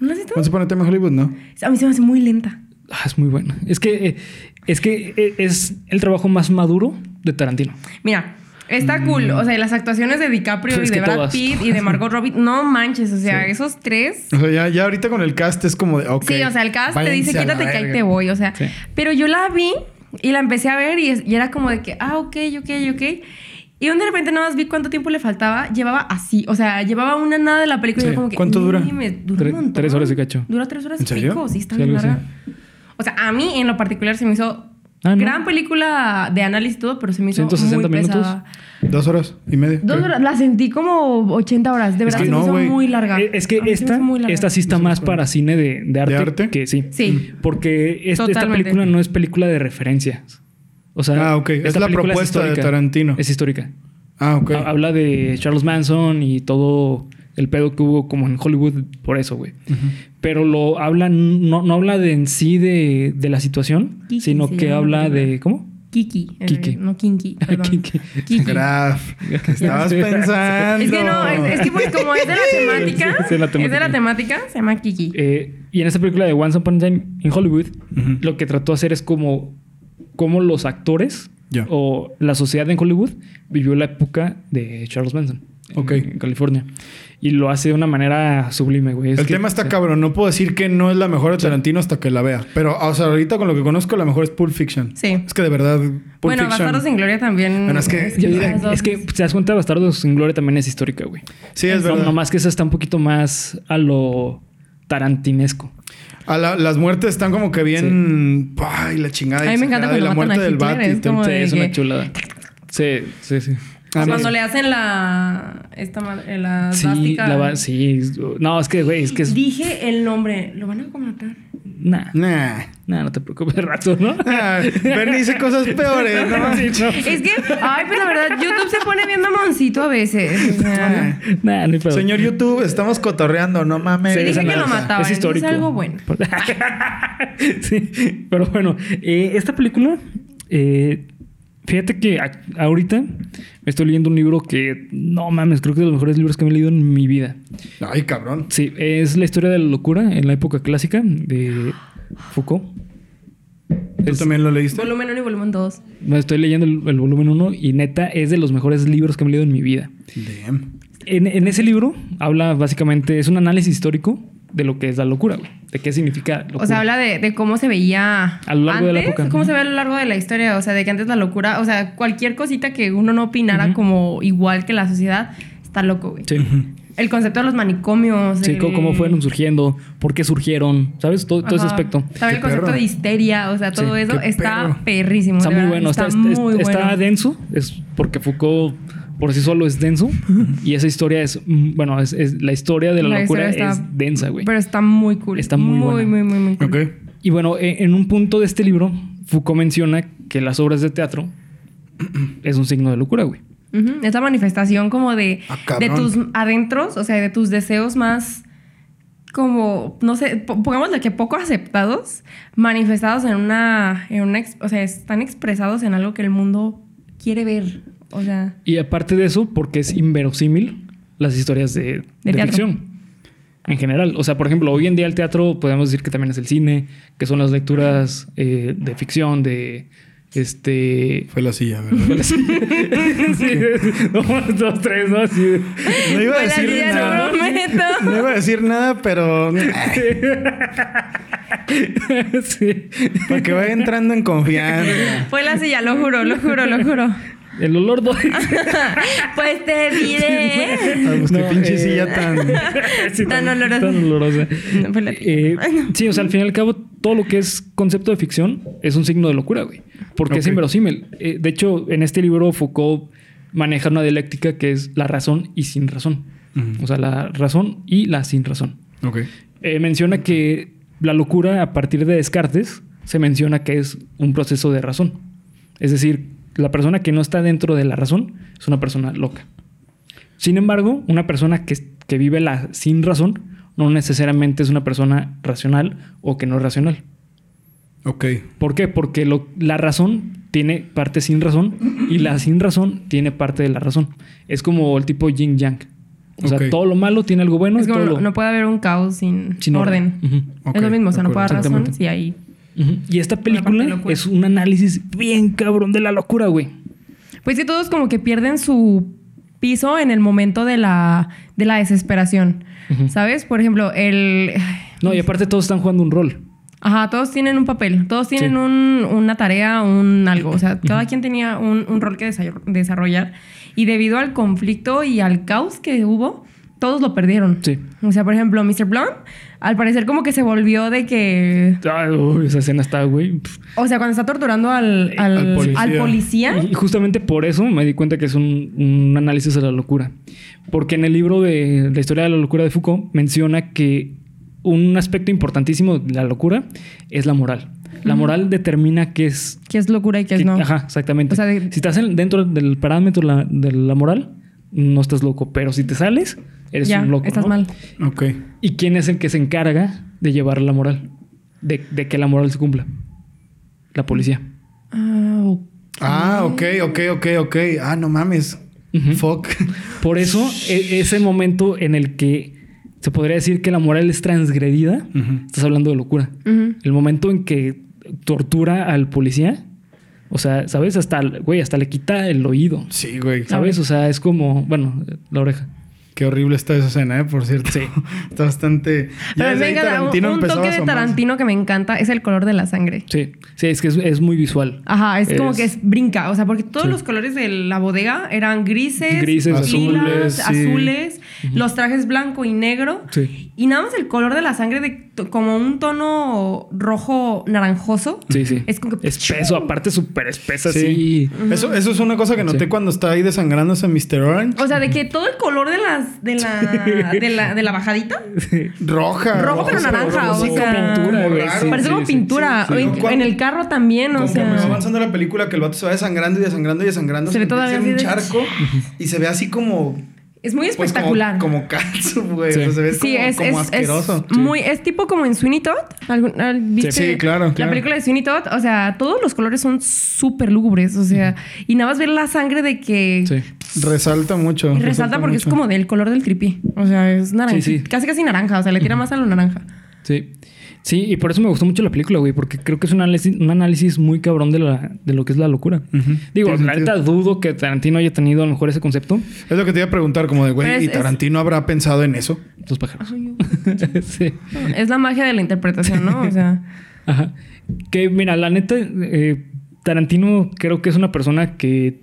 [SPEAKER 3] la has visto?
[SPEAKER 2] Once Upon a Time in Hollywood, ¿no?
[SPEAKER 3] A mí se me hace muy lenta.
[SPEAKER 1] Ah, es muy buena. Es que, eh, es que eh, es el trabajo más maduro de Tarantino.
[SPEAKER 3] Mira,
[SPEAKER 2] Mm.
[SPEAKER 3] está cool. O sea, y las actuaciones de DiCaprio
[SPEAKER 1] Es
[SPEAKER 3] y
[SPEAKER 1] que
[SPEAKER 3] de Brad
[SPEAKER 1] todas.
[SPEAKER 3] Pitt y de Margot Robbie. No manches. O sea, esos tres.
[SPEAKER 2] O sea, ya, ya ahorita con el cast es como de, ok.
[SPEAKER 3] Sí, o sea, el cast te
[SPEAKER 2] váyanse
[SPEAKER 3] dice
[SPEAKER 2] a la
[SPEAKER 3] quítate que ahí
[SPEAKER 2] verga".
[SPEAKER 3] te voy. O sea,
[SPEAKER 1] Sí.
[SPEAKER 3] pero yo la vi y la empecé a ver y, es- y era como de que, ah, ok, ok, ok. Y un de repente nada más vi cuánto tiempo le faltaba. Llevaba así. O sea, llevaba una nada de la película. y
[SPEAKER 2] Sí.
[SPEAKER 3] yo como que,
[SPEAKER 2] ¿Cuánto dura?
[SPEAKER 3] "Ni me- duró un
[SPEAKER 1] Tre-
[SPEAKER 3] montón".
[SPEAKER 1] tres horas y cacho.
[SPEAKER 3] Dura tres horas
[SPEAKER 2] ¿En
[SPEAKER 3] y
[SPEAKER 2] serio?
[SPEAKER 3] pico. Sí, está
[SPEAKER 1] Sí,
[SPEAKER 3] bien
[SPEAKER 1] algo
[SPEAKER 3] larga.
[SPEAKER 1] así.
[SPEAKER 3] O sea, a mí en lo particular se me hizo
[SPEAKER 1] Ah, ¿no?
[SPEAKER 3] gran película de análisis y todo, pero se me hizo
[SPEAKER 1] 160
[SPEAKER 3] muy
[SPEAKER 1] minutos.
[SPEAKER 3] pesada.
[SPEAKER 2] Dos horas y media.
[SPEAKER 3] Dos
[SPEAKER 2] creo.
[SPEAKER 3] horas, la sentí como 80 horas.
[SPEAKER 2] Es
[SPEAKER 3] De verdad,
[SPEAKER 2] que
[SPEAKER 3] se
[SPEAKER 2] no,
[SPEAKER 3] me hizo
[SPEAKER 2] güey.
[SPEAKER 3] muy larga.
[SPEAKER 1] Eh, Es que
[SPEAKER 3] A mí se me
[SPEAKER 1] esta,
[SPEAKER 3] hizo muy larga.
[SPEAKER 1] esta sí está más para cine de, de arte,
[SPEAKER 2] arte?
[SPEAKER 1] que sí.
[SPEAKER 3] Sí.
[SPEAKER 1] Porque es- esta
[SPEAKER 3] Totalmente.
[SPEAKER 1] película no es película de referencias. O sea,
[SPEAKER 2] Ah, ok. Es
[SPEAKER 1] esta
[SPEAKER 2] la
[SPEAKER 1] película
[SPEAKER 2] propuesta de
[SPEAKER 1] histórica.
[SPEAKER 2] Tarantino.
[SPEAKER 1] Es histórica.
[SPEAKER 2] Ah, ok.
[SPEAKER 1] Ha- Habla de Charles Manson y todo el pedo que hubo como en Hollywood por eso, güey. Pero lo habla, no, no habla de en sí de, de la situación,
[SPEAKER 3] Kiki
[SPEAKER 1] sino
[SPEAKER 3] se
[SPEAKER 1] que
[SPEAKER 3] llama la
[SPEAKER 1] habla
[SPEAKER 3] película.
[SPEAKER 1] de. ¿Cómo?
[SPEAKER 3] Kiki. eh,
[SPEAKER 1] Kiki.
[SPEAKER 3] no, Kinky. Perdón.
[SPEAKER 1] Kiki.
[SPEAKER 3] Kiki.
[SPEAKER 2] Graf, ¿qué estabas
[SPEAKER 1] Sí.
[SPEAKER 2] pensando?
[SPEAKER 3] Es que no, es, es que pues como es de la temática,
[SPEAKER 1] Sí, sí, es la
[SPEAKER 3] es de
[SPEAKER 1] temática.
[SPEAKER 3] la temática, se llama Kiki.
[SPEAKER 1] Eh, y en esta película de Once Upon a Time in Hollywood, lo que trató de hacer es como, como los actores
[SPEAKER 2] Ya.
[SPEAKER 1] o la sociedad en Hollywood vivió la época de Charles Manson en-
[SPEAKER 2] Ok.
[SPEAKER 1] en, California. Y lo hace de una manera sublime, güey. Es
[SPEAKER 2] El
[SPEAKER 1] que-
[SPEAKER 2] tema está cabrón. No puedo decir que no es la mejor de Tarantino hasta que la vea. Pero, o sea, ahorita con lo que conozco, la mejor es Pulp Fiction.
[SPEAKER 3] Sí.
[SPEAKER 2] Es que de verdad, Pulp
[SPEAKER 3] bueno,
[SPEAKER 2] Fiction.
[SPEAKER 3] Bastardos sin Gloria también.
[SPEAKER 2] Bueno, es que-
[SPEAKER 1] Yo diría,
[SPEAKER 3] las dos.
[SPEAKER 1] es que si te das cuenta, Bastardos sin Gloria también es histórica, güey.
[SPEAKER 2] Sí, es
[SPEAKER 1] No-
[SPEAKER 2] verdad.
[SPEAKER 1] Nomás que esa está un poquito más a lo tarantinesco.
[SPEAKER 2] A la- las muertes están como que bien. Ay, la chingada.
[SPEAKER 3] A mí me encanta
[SPEAKER 2] exagerada, y la
[SPEAKER 3] cuando matan
[SPEAKER 2] muerte
[SPEAKER 3] a
[SPEAKER 2] del
[SPEAKER 3] Hitler,
[SPEAKER 2] Bat.
[SPEAKER 3] es
[SPEAKER 2] y todo.
[SPEAKER 3] como
[SPEAKER 1] Sí,
[SPEAKER 3] de
[SPEAKER 1] es una
[SPEAKER 3] que-
[SPEAKER 1] chulada. Sí, sí, sí.
[SPEAKER 2] Ah,
[SPEAKER 3] Cuando
[SPEAKER 2] sí.
[SPEAKER 3] le hacen la. Esta madre, la.
[SPEAKER 1] Sí,
[SPEAKER 3] svástica.
[SPEAKER 1] la va- sí. No, es que, güey, es que es.
[SPEAKER 3] Dije el nombre, lo van a comentar.
[SPEAKER 1] Nah.
[SPEAKER 2] Nah.
[SPEAKER 1] No, no te preocupes, rato, ¿no?
[SPEAKER 2] Ah, Bernie hice cosas peores, ¿no?
[SPEAKER 1] Sí, no.
[SPEAKER 3] Es que, ay, pero la verdad, YouTube se pone bien mamoncito a veces. o sea.
[SPEAKER 1] Nah, no hay pedo.
[SPEAKER 2] Señor YouTube, estamos cotorreando, no mames.
[SPEAKER 3] Sí, dije
[SPEAKER 1] esa
[SPEAKER 3] que
[SPEAKER 1] no
[SPEAKER 3] lo
[SPEAKER 1] es.
[SPEAKER 3] mataba,
[SPEAKER 1] Es
[SPEAKER 3] entonces
[SPEAKER 1] histórico.
[SPEAKER 3] es algo bueno.
[SPEAKER 1] sí, pero bueno, eh, esta película, eh, fíjate que a- ahorita me estoy leyendo un libro que, no mames, creo que es de los mejores libros que me he leído en mi vida.
[SPEAKER 2] Ay, cabrón.
[SPEAKER 1] Sí, es la historia de la locura en la época clásica de Foucault.
[SPEAKER 2] ¿Tú
[SPEAKER 1] Es-
[SPEAKER 2] también lo leíste?
[SPEAKER 3] Volumen 1 y volumen 2.
[SPEAKER 1] me estoy leyendo el, el volumen 1 y neta es de los mejores libros que me he leído en mi vida.
[SPEAKER 2] Damn.
[SPEAKER 1] En, en ese libro habla básicamente, es un análisis histórico de lo que es la locura, güey, de qué significa locura.
[SPEAKER 3] O sea, habla de, de cómo se veía
[SPEAKER 1] A lo largo de la
[SPEAKER 3] antes,
[SPEAKER 1] época.
[SPEAKER 3] cómo se
[SPEAKER 1] Ujú.
[SPEAKER 3] ve a lo largo de la historia, o sea, de que antes la locura, o sea, cualquier cosita que uno no opinara como igual que la sociedad, está loco, güey.
[SPEAKER 1] Sí.
[SPEAKER 3] El concepto de los manicomios.
[SPEAKER 1] Sí, co-
[SPEAKER 3] el-
[SPEAKER 1] cómo fueron surgiendo, por qué surgieron, ¿sabes? Todo, todo ese
[SPEAKER 3] Ajá.
[SPEAKER 1] aspecto.
[SPEAKER 3] También el
[SPEAKER 2] Qué
[SPEAKER 3] concepto
[SPEAKER 2] perro.
[SPEAKER 3] de histeria, o sea, todo
[SPEAKER 1] Sí,
[SPEAKER 3] eso
[SPEAKER 2] qué
[SPEAKER 3] está
[SPEAKER 2] perro.
[SPEAKER 3] perrísimo.
[SPEAKER 1] Está
[SPEAKER 3] de
[SPEAKER 1] muy
[SPEAKER 3] verdad,
[SPEAKER 1] bueno, está,
[SPEAKER 3] Está,
[SPEAKER 1] es- es-
[SPEAKER 3] muy bueno.
[SPEAKER 1] está denso, es porque Foucault por sí solo es denso y esa historia es, mm, bueno, es, es la historia de la,
[SPEAKER 3] La
[SPEAKER 1] locura
[SPEAKER 3] historia
[SPEAKER 1] es
[SPEAKER 3] está-
[SPEAKER 1] densa, güey.
[SPEAKER 3] Pero está muy cool.
[SPEAKER 1] Está muy
[SPEAKER 3] muy,
[SPEAKER 1] buena.
[SPEAKER 3] muy, muy, muy cool.
[SPEAKER 2] Ok.
[SPEAKER 1] Y bueno, e- en un punto de este libro, Foucault menciona que las obras de teatro es un signo de locura, güey.
[SPEAKER 3] Ujú, Esta manifestación como de,
[SPEAKER 2] Ah, cabrón.
[SPEAKER 3] de tus adentros, o sea, de tus deseos más como, no sé, po- pongámosle que poco aceptados, manifestados en una, en una, ex- o sea, están expresados en algo que el mundo quiere ver. O sea,
[SPEAKER 1] Y aparte de eso, porque es inverosímil las historias de, de
[SPEAKER 3] teatro.
[SPEAKER 1] ficción. En general. O sea, por ejemplo, hoy en día el teatro podemos decir que también es el cine, que son las lecturas eh, de ficción, de este.
[SPEAKER 2] Fue la silla, ¿verdad?
[SPEAKER 1] Sí, es- uno, dos, tres, ¿no? Así de-
[SPEAKER 2] No iba a
[SPEAKER 3] Buena
[SPEAKER 2] decir
[SPEAKER 3] idea,
[SPEAKER 2] nada.
[SPEAKER 3] no prometo.
[SPEAKER 2] No iba a decir nada, pero
[SPEAKER 1] Sí.
[SPEAKER 2] para que vaya entrando en confianza.
[SPEAKER 3] Fue la silla, lo juro, lo juro, lo juro.
[SPEAKER 1] El olor do-
[SPEAKER 3] pues te diré.
[SPEAKER 2] Ah, pues, qué
[SPEAKER 1] No,
[SPEAKER 2] pinche
[SPEAKER 1] eh.
[SPEAKER 2] silla tan.
[SPEAKER 1] Sí,
[SPEAKER 3] Tan olorosa.
[SPEAKER 1] Tan olorosa.
[SPEAKER 3] No, fue la-
[SPEAKER 1] Eh, sí, o sea, al fin y al cabo, todo lo que es concepto de ficción es un signo de locura, güey. Porque es
[SPEAKER 2] Ok.
[SPEAKER 1] inverosímil. Eh, de hecho, en este libro Foucault maneja una dialéctica que es la razón y sin razón.
[SPEAKER 2] Ujú.
[SPEAKER 1] O sea, la razón y la sin razón.
[SPEAKER 2] Ok.
[SPEAKER 1] Eh, menciona que la locura a partir de Descartes se menciona que es un proceso de razón. Es decir, la persona que no está dentro de la razón es una persona loca. Sin embargo, una persona que, que vive la sin razón no necesariamente es una persona racional o que no es racional.
[SPEAKER 2] Ok.
[SPEAKER 1] ¿Por qué? Porque lo- la razón tiene parte sin razón y la sin razón tiene parte de la razón. Es como el tipo yin yang. O sea,
[SPEAKER 2] Ok.
[SPEAKER 1] todo lo malo tiene algo bueno
[SPEAKER 3] es
[SPEAKER 1] y
[SPEAKER 3] como
[SPEAKER 1] todo
[SPEAKER 3] no,
[SPEAKER 1] lo
[SPEAKER 3] no puede haber un caos sin,
[SPEAKER 1] sin
[SPEAKER 3] orden.
[SPEAKER 1] Ujú.
[SPEAKER 2] Ok,
[SPEAKER 3] es lo mismo, o sea,
[SPEAKER 2] de
[SPEAKER 3] no puede haber
[SPEAKER 1] acuerdo.
[SPEAKER 3] razón
[SPEAKER 1] Exactamente.
[SPEAKER 3] si hay...
[SPEAKER 1] Ujú. Y esta
[SPEAKER 3] parte de
[SPEAKER 1] película
[SPEAKER 3] locura.
[SPEAKER 1] es un análisis bien cabrón de la locura, güey.
[SPEAKER 3] Pues que todos como que pierden su piso en el momento de la, de la desesperación. ¿Sabes? Por ejemplo, el...
[SPEAKER 1] No, y aparte todos están jugando un rol.
[SPEAKER 3] Ajá, todos tienen un papel, todos tienen
[SPEAKER 1] Sí.
[SPEAKER 3] un- una tarea, un algo. O sea, cada quien tenía un, un rol que desa- desarrollar. Y debido al conflicto y al caos que hubo, todos lo perdieron.
[SPEAKER 1] Sí.
[SPEAKER 3] O sea, por ejemplo, Mr. Blunt, al parecer como que se volvió de que...
[SPEAKER 1] Ay, uy, esa escena está, güey. pf.
[SPEAKER 3] O sea, cuando está torturando al, al,
[SPEAKER 2] Al policía.
[SPEAKER 3] al policía.
[SPEAKER 1] Y justamente por eso me di cuenta que es un, un análisis de la locura. Porque en el libro de la historia de la locura de Foucault menciona que un aspecto importantísimo de la locura es la moral. La moral determina qué es.
[SPEAKER 3] Que es locura y que
[SPEAKER 1] qué-
[SPEAKER 3] es no.
[SPEAKER 1] Ajá, exactamente.
[SPEAKER 3] O sea, de-
[SPEAKER 1] si estás en- dentro del parámetro la- de la moral, no estás loco. Pero si te sales, eres
[SPEAKER 3] ya,
[SPEAKER 1] un loco.
[SPEAKER 3] estás
[SPEAKER 1] ¿no?
[SPEAKER 3] mal.
[SPEAKER 2] Ok.
[SPEAKER 1] ¿Y quién es el que se encarga de llevar la moral? De, de que la moral se cumpla. La policía.
[SPEAKER 3] Ah, ok.
[SPEAKER 2] Ah, ok, ok, ok, ok. Ah, no mames.
[SPEAKER 1] Ujú.
[SPEAKER 2] Fuck.
[SPEAKER 1] Por eso, e- ese momento en el que se podría decir que la moral es transgredida,
[SPEAKER 2] Ujú.
[SPEAKER 1] estás hablando de locura.
[SPEAKER 3] Ujú.
[SPEAKER 1] El momento en que tortura al policía, o sea, ¿sabes? Hasta, güey, hasta le quita el oído.
[SPEAKER 2] Sí, güey.
[SPEAKER 1] ¿Sabes? O sea, es como, bueno, la oreja.
[SPEAKER 2] Qué horrible está esa escena, ¿eh? Por cierto. Sí. Está bastante...
[SPEAKER 3] Pero
[SPEAKER 2] Ya
[SPEAKER 3] a
[SPEAKER 2] desde
[SPEAKER 3] mí me
[SPEAKER 2] ahí
[SPEAKER 3] encanta,
[SPEAKER 2] Tarantino
[SPEAKER 3] un, un
[SPEAKER 2] empezaba
[SPEAKER 3] toque
[SPEAKER 2] a
[SPEAKER 3] de
[SPEAKER 2] asomarse.
[SPEAKER 3] Tarantino que me encanta es el color de la sangre.
[SPEAKER 1] Sí, sí, es que es, es muy visual.
[SPEAKER 3] Ajá, es, como
[SPEAKER 1] Es-
[SPEAKER 3] que es brinca, o sea, porque todos los colores de la bodega eran grises,
[SPEAKER 1] Grises,
[SPEAKER 3] lilas,
[SPEAKER 2] azules, sí.
[SPEAKER 3] azules, los trajes blanco y negro,
[SPEAKER 1] Sí.
[SPEAKER 3] y nada más el color de la sangre de to- como un tono rojo naranjoso.
[SPEAKER 1] Sí, sí.
[SPEAKER 3] Es como que
[SPEAKER 1] Espeso, aparte súper espesa,
[SPEAKER 2] Sí.
[SPEAKER 1] sí.
[SPEAKER 2] Eso, eso es una cosa que noté
[SPEAKER 1] Sí.
[SPEAKER 2] cuando está ahí desangrándose Mr. Orange.
[SPEAKER 3] o sea, de que todo el color de las de la de la, de la bajadita
[SPEAKER 2] Roja.
[SPEAKER 3] rojo pero
[SPEAKER 2] rosa,
[SPEAKER 3] naranja,
[SPEAKER 2] rosa.
[SPEAKER 3] o
[SPEAKER 1] sí, como
[SPEAKER 3] sea,
[SPEAKER 1] pintura, güey, sí,
[SPEAKER 3] parece
[SPEAKER 1] sí,
[SPEAKER 3] como
[SPEAKER 1] sí,
[SPEAKER 3] pintura
[SPEAKER 2] sí, sí.
[SPEAKER 3] o en-
[SPEAKER 2] Cuando-
[SPEAKER 3] en, el carro también, o
[SPEAKER 2] Conforme va
[SPEAKER 3] sea,
[SPEAKER 2] avanzando la película, que el vato se va desangrando y desangrando y desangrando.
[SPEAKER 3] Se ve
[SPEAKER 2] empieza a hacer un
[SPEAKER 3] todavía así
[SPEAKER 2] charco y se ve así como.
[SPEAKER 3] es muy
[SPEAKER 2] pues, como-
[SPEAKER 3] espectacular.
[SPEAKER 2] como catsup, güey.
[SPEAKER 1] Sí.
[SPEAKER 2] O sea, se ve como, como asqueroso.
[SPEAKER 3] Es muy, es tipo como en Sweeney Todd. ¿Algún- al- viste
[SPEAKER 2] Sí, claro,
[SPEAKER 3] La
[SPEAKER 2] claro.
[SPEAKER 3] película de Sweeney Todd, o sea, todos los colores son súper lúgubres, o sea, y nada más ver la sangre de que
[SPEAKER 1] Sí.
[SPEAKER 2] Resalta mucho.
[SPEAKER 3] y resalta porque
[SPEAKER 2] mucho.
[SPEAKER 3] es como del color del tripí, o sea, es naranja,
[SPEAKER 1] Sí, sí.
[SPEAKER 3] casi casi naranja, o sea, le tira más a lo naranja.
[SPEAKER 1] Sí. Sí, y por eso me gustó mucho la película, güey, porque creo que es un análisis, un análisis muy cabrón de, la, de lo que es la locura.
[SPEAKER 2] Ujú.
[SPEAKER 1] Digo,
[SPEAKER 2] Tiene
[SPEAKER 1] la neta dudo que Tarantino haya tenido a lo mejor ese concepto.
[SPEAKER 2] Es lo que te iba a preguntar, como de,
[SPEAKER 3] Pero
[SPEAKER 2] güey,
[SPEAKER 3] es-
[SPEAKER 2] ¿y
[SPEAKER 3] es-
[SPEAKER 2] Tarantino habrá pensado en eso?
[SPEAKER 1] Los pájaros.
[SPEAKER 3] Ay,
[SPEAKER 1] sí.
[SPEAKER 3] Es la magia de la interpretación, ¿no? O sea,
[SPEAKER 1] Ajá. Que mira, la neta, eh, Tarantino creo que es una persona que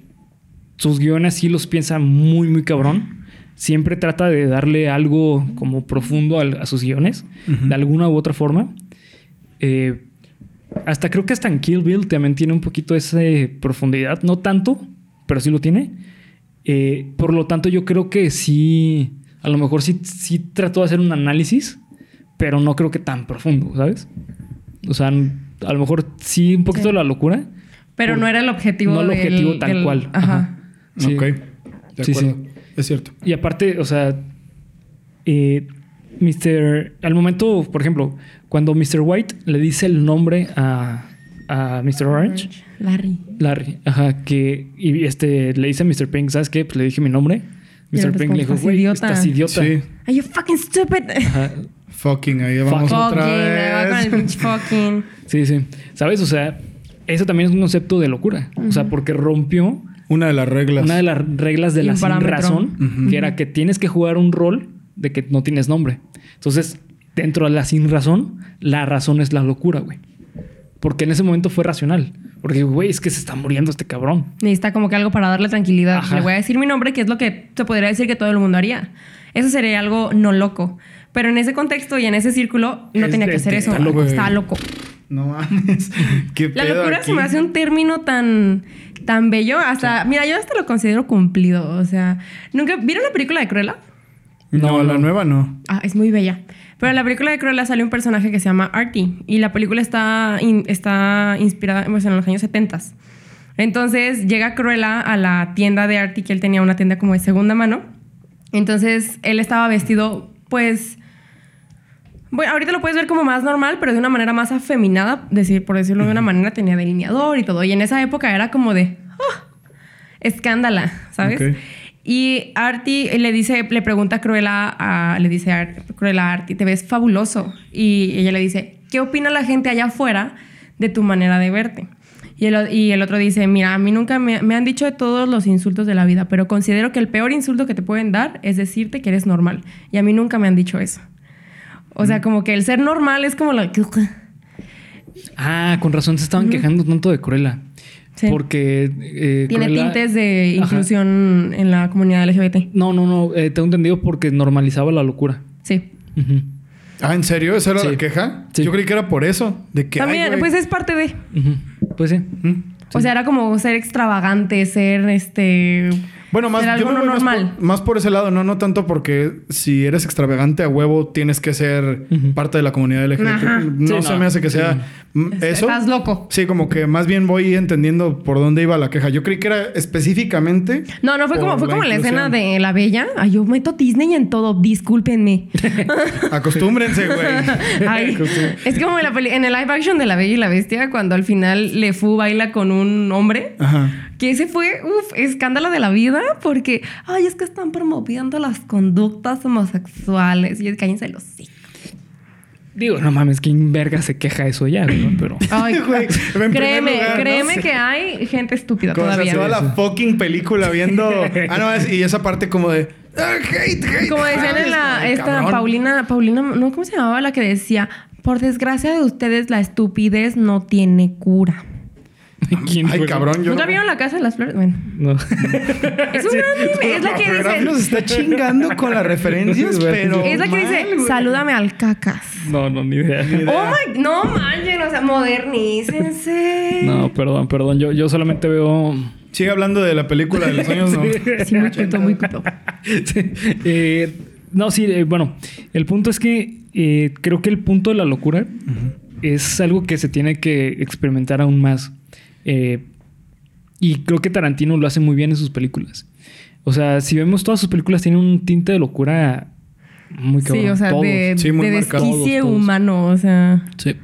[SPEAKER 1] sus guiones sí los piensa muy, muy cabrón. Siempre trata de darle algo como profundo al- a sus guiones,
[SPEAKER 2] Ujú.
[SPEAKER 1] de alguna u otra forma. Eh, hasta creo que hasta en Kill Bill también tiene un poquito esa profundidad, no tanto, pero sí lo tiene. Eh, por lo tanto, yo creo que sí, a lo mejor sí, sí trató de hacer un análisis, pero no creo que tan profundo, ¿sabes? O sea, a lo mejor sí un poquito
[SPEAKER 3] Sí.
[SPEAKER 1] de la locura.
[SPEAKER 3] pero
[SPEAKER 1] Por-
[SPEAKER 3] no era el objetivo
[SPEAKER 1] No el
[SPEAKER 3] del-
[SPEAKER 1] objetivo tal
[SPEAKER 3] del-
[SPEAKER 1] cual.
[SPEAKER 3] Ajá.
[SPEAKER 1] Sí.
[SPEAKER 2] Ok. De
[SPEAKER 1] Sí,
[SPEAKER 2] acuerdo.
[SPEAKER 1] sí.
[SPEAKER 2] Es cierto.
[SPEAKER 1] Y aparte, o sea, eh, Mr. Al momento, por ejemplo, cuando Mr. White le dice el nombre a, a Mr. Orange,
[SPEAKER 3] Larry.
[SPEAKER 1] Larry, ajá, que y este, le dice a Mr. Pink, ¿sabes qué? Pues le dije mi nombre.
[SPEAKER 3] Y
[SPEAKER 1] Mr.
[SPEAKER 3] le
[SPEAKER 1] Pink le dijo,
[SPEAKER 3] responde,
[SPEAKER 1] güey,
[SPEAKER 3] "Estás
[SPEAKER 1] estás idiota.
[SPEAKER 2] Sí.
[SPEAKER 3] Are you fucking stupid?
[SPEAKER 1] Ajá,
[SPEAKER 2] Fucking, ahí vamos
[SPEAKER 1] Fucking,
[SPEAKER 2] otra
[SPEAKER 3] fucking, me va con el
[SPEAKER 2] vez.
[SPEAKER 3] pinche fucking.
[SPEAKER 1] sí, sí. ¿Sabes? O sea, eso también es un concepto de locura. O sea, porque rompió
[SPEAKER 2] Una de las reglas.
[SPEAKER 1] una de las reglas de
[SPEAKER 3] Y
[SPEAKER 1] la
[SPEAKER 3] un
[SPEAKER 1] sin
[SPEAKER 3] parámetro.
[SPEAKER 1] razón,
[SPEAKER 2] Ujú.
[SPEAKER 1] que era que tienes que jugar un rol de que no tienes nombre. Entonces, dentro de la sin razón, la razón es la locura, güey. Porque en ese momento fue racional. Porque, güey, es que se está muriendo este cabrón.
[SPEAKER 3] Necesita como que algo para darle tranquilidad.
[SPEAKER 1] Ajá.
[SPEAKER 3] Le voy a decir mi nombre, que es lo que se podría decir que todo el mundo haría. Eso sería algo no loco. Pero en ese contexto y en ese círculo no
[SPEAKER 1] Es-
[SPEAKER 3] tenía que
[SPEAKER 1] es-
[SPEAKER 3] hacer eso.
[SPEAKER 1] está
[SPEAKER 2] loco,
[SPEAKER 3] Estaba
[SPEAKER 2] güey.
[SPEAKER 3] loco.
[SPEAKER 2] No mames. Qué
[SPEAKER 3] La
[SPEAKER 2] pedo
[SPEAKER 3] locura
[SPEAKER 2] aquí?
[SPEAKER 3] se me hace un término tan, tan bello. Hasta, mira, yo hasta lo considero cumplido. O sea, nunca. ¿Vieron la película de Cruella?
[SPEAKER 2] No,
[SPEAKER 1] No,
[SPEAKER 2] la
[SPEAKER 1] no.
[SPEAKER 2] nueva no.
[SPEAKER 3] Ah, es muy bella. Pero en la película de Cruella sale un personaje que se llama Artie. Y la película está, in- está inspirada pues, en los años 70. Entonces llega Cruella a la tienda de Artie, que él tenía una tienda como de segunda mano. Entonces él estaba vestido, pues, Bueno, ahorita lo puedes ver como más normal, pero de una manera más afeminada, decir, por decirlo de una manera, tenía delineador y todo. Y en esa época era como de "Oh, escándala, ¿sabes?
[SPEAKER 2] Ok.
[SPEAKER 3] Y Artie le dice, le pregunta a Cruella, a- le dice a Ar- Cruella a Artie, te ves fabuloso. Y ella le dice, ¿qué opina la gente allá afuera de tu manera de verte? Y el, o- y el otro dice, mira, a mí nunca me, me han dicho de todos los insultos de la vida, pero considero que el peor insulto que te pueden dar es decirte que eres normal. Y a mí nunca me han dicho eso. O sea, como que el ser normal es como la...
[SPEAKER 1] Ah, con razón se estaban quejando tanto de Cruella.
[SPEAKER 3] Sí.
[SPEAKER 1] Porque. eh,
[SPEAKER 3] Tiene
[SPEAKER 1] Cruella-
[SPEAKER 3] tintes de
[SPEAKER 1] Ajá.
[SPEAKER 3] inclusión en la comunidad LGBT.
[SPEAKER 1] No, no, no. eh, tengo entendido porque normalizaba la locura.
[SPEAKER 3] Sí.
[SPEAKER 1] Ujú.
[SPEAKER 2] Ah, ¿en serio? ¿Esa era
[SPEAKER 1] Sí.
[SPEAKER 2] la queja?
[SPEAKER 1] Sí.
[SPEAKER 2] Yo creí que era por eso. De que, ay,
[SPEAKER 3] También,
[SPEAKER 2] güey.
[SPEAKER 3] pues es parte de...
[SPEAKER 1] Ujú. Pues sí.
[SPEAKER 2] Mm.
[SPEAKER 3] O sea, era como ser extravagante, ser este.
[SPEAKER 2] Bueno, más,
[SPEAKER 3] ser
[SPEAKER 2] yo
[SPEAKER 3] algo
[SPEAKER 2] lo
[SPEAKER 3] no
[SPEAKER 2] veo más por-
[SPEAKER 3] normal.
[SPEAKER 2] Más por, ese lado, no, no tanto porque si eres extravagante a huevo tienes que ser
[SPEAKER 1] Ujú.
[SPEAKER 2] parte de la comunidad LGBT.
[SPEAKER 3] Ajá. Este,
[SPEAKER 2] No
[SPEAKER 1] Sí,
[SPEAKER 2] se
[SPEAKER 1] no.
[SPEAKER 2] me hace que sea mm, eso.
[SPEAKER 3] Estás loco.
[SPEAKER 2] Sí, como que más bien voy entendiendo por dónde iba la queja. Yo creí que era específicamente.
[SPEAKER 3] No, no fue
[SPEAKER 2] por
[SPEAKER 3] como, fue
[SPEAKER 2] la
[SPEAKER 3] como la
[SPEAKER 2] inclusión.
[SPEAKER 3] escena de La Bella. Ay, yo meto Disney en todo, discúlpenme.
[SPEAKER 2] Acostúmbrense, güey.
[SPEAKER 3] Ay, es como en, la peli- en el live action de La Bella y la Bestia, cuando al final Le Fou baila con un hombre.
[SPEAKER 2] Ajá.
[SPEAKER 3] Que ese fue, uff, escándalo de la vida, porque, ay, es que están promoviendo las conductas homosexuales. Y es cállense los sí.
[SPEAKER 1] Digo, no mames, ¿quién verga se queja eso ya, güey? Pero.
[SPEAKER 3] Ay,
[SPEAKER 2] Güey, en primer
[SPEAKER 3] créeme,
[SPEAKER 2] lugar, ¿no?
[SPEAKER 3] créeme
[SPEAKER 2] Sí.
[SPEAKER 3] que hay gente estúpida
[SPEAKER 2] Como se
[SPEAKER 3] todavía.
[SPEAKER 2] va la fucking película viendo. ah, no, es- y esa parte como de. "Ah, hate, hate,
[SPEAKER 3] Como decían en la
[SPEAKER 2] Ay,
[SPEAKER 3] esta
[SPEAKER 2] cabrón.
[SPEAKER 3] Paulina, Paulina, no cómo se llamaba la que decía, por desgracia de ustedes la estupidez no tiene cura.
[SPEAKER 1] ¿Quién
[SPEAKER 2] Ay,
[SPEAKER 1] fue?
[SPEAKER 2] cabrón, yo.
[SPEAKER 3] ¿Nunca
[SPEAKER 2] no-
[SPEAKER 3] vieron la casa de las flores? Bueno,
[SPEAKER 1] No.
[SPEAKER 3] es un gran meme, es la que
[SPEAKER 2] Rafa nos
[SPEAKER 3] dice,
[SPEAKER 2] está chingando con las referencias,
[SPEAKER 1] Güey.
[SPEAKER 2] pero.
[SPEAKER 3] es la que dice,
[SPEAKER 2] mal, güey.
[SPEAKER 3] salúdame al cacas.
[SPEAKER 1] No, no, ni idea.
[SPEAKER 3] Oh my, no manchen, o sea, modernícense.
[SPEAKER 1] No, perdón, perdón. Yo, yo solamente veo.
[SPEAKER 2] Sigue hablando de la película de los años. ¿no?
[SPEAKER 3] Sí, muy cuto, muy cuto.
[SPEAKER 1] Sí. Eh, no, sí, eh, bueno. El punto es que eh, creo que el punto de la locura es algo que se tiene que experimentar aún más. Eh, y creo que Tarantino lo hace muy bien en sus películas. O sea, si vemos todas sus películas, tienen un tinte de locura muy cabrón.
[SPEAKER 3] Sí, o sea,
[SPEAKER 1] Todos.
[SPEAKER 3] de,
[SPEAKER 2] Sí, muy
[SPEAKER 3] de
[SPEAKER 2] marcado.
[SPEAKER 3] desquicie
[SPEAKER 1] Todos, todos.
[SPEAKER 3] humano, o sea,
[SPEAKER 1] Sí.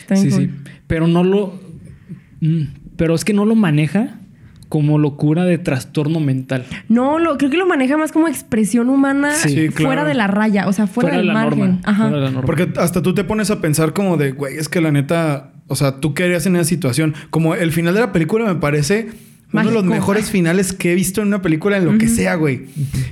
[SPEAKER 3] está bien
[SPEAKER 1] sí, sí.
[SPEAKER 3] cool.
[SPEAKER 1] Pero no lo. Mm, Pero es que no lo maneja como locura de trastorno mental.
[SPEAKER 3] No, lo, creo que lo maneja más como expresión humana
[SPEAKER 1] Sí,
[SPEAKER 2] Sí, claro.
[SPEAKER 3] fuera de la raya, o sea, fuera,
[SPEAKER 1] Fuera de
[SPEAKER 3] del
[SPEAKER 1] la
[SPEAKER 3] margen.
[SPEAKER 1] norma.
[SPEAKER 3] Ajá.
[SPEAKER 1] Fuera de la norma.
[SPEAKER 2] Porque hasta tú te pones a pensar como de, güey, es que la neta, o sea, tú qué harías en esa situación. Como el final de la película me parece uno de los
[SPEAKER 3] Mágico.
[SPEAKER 2] mejores finales que he visto en una película en lo que sea, güey.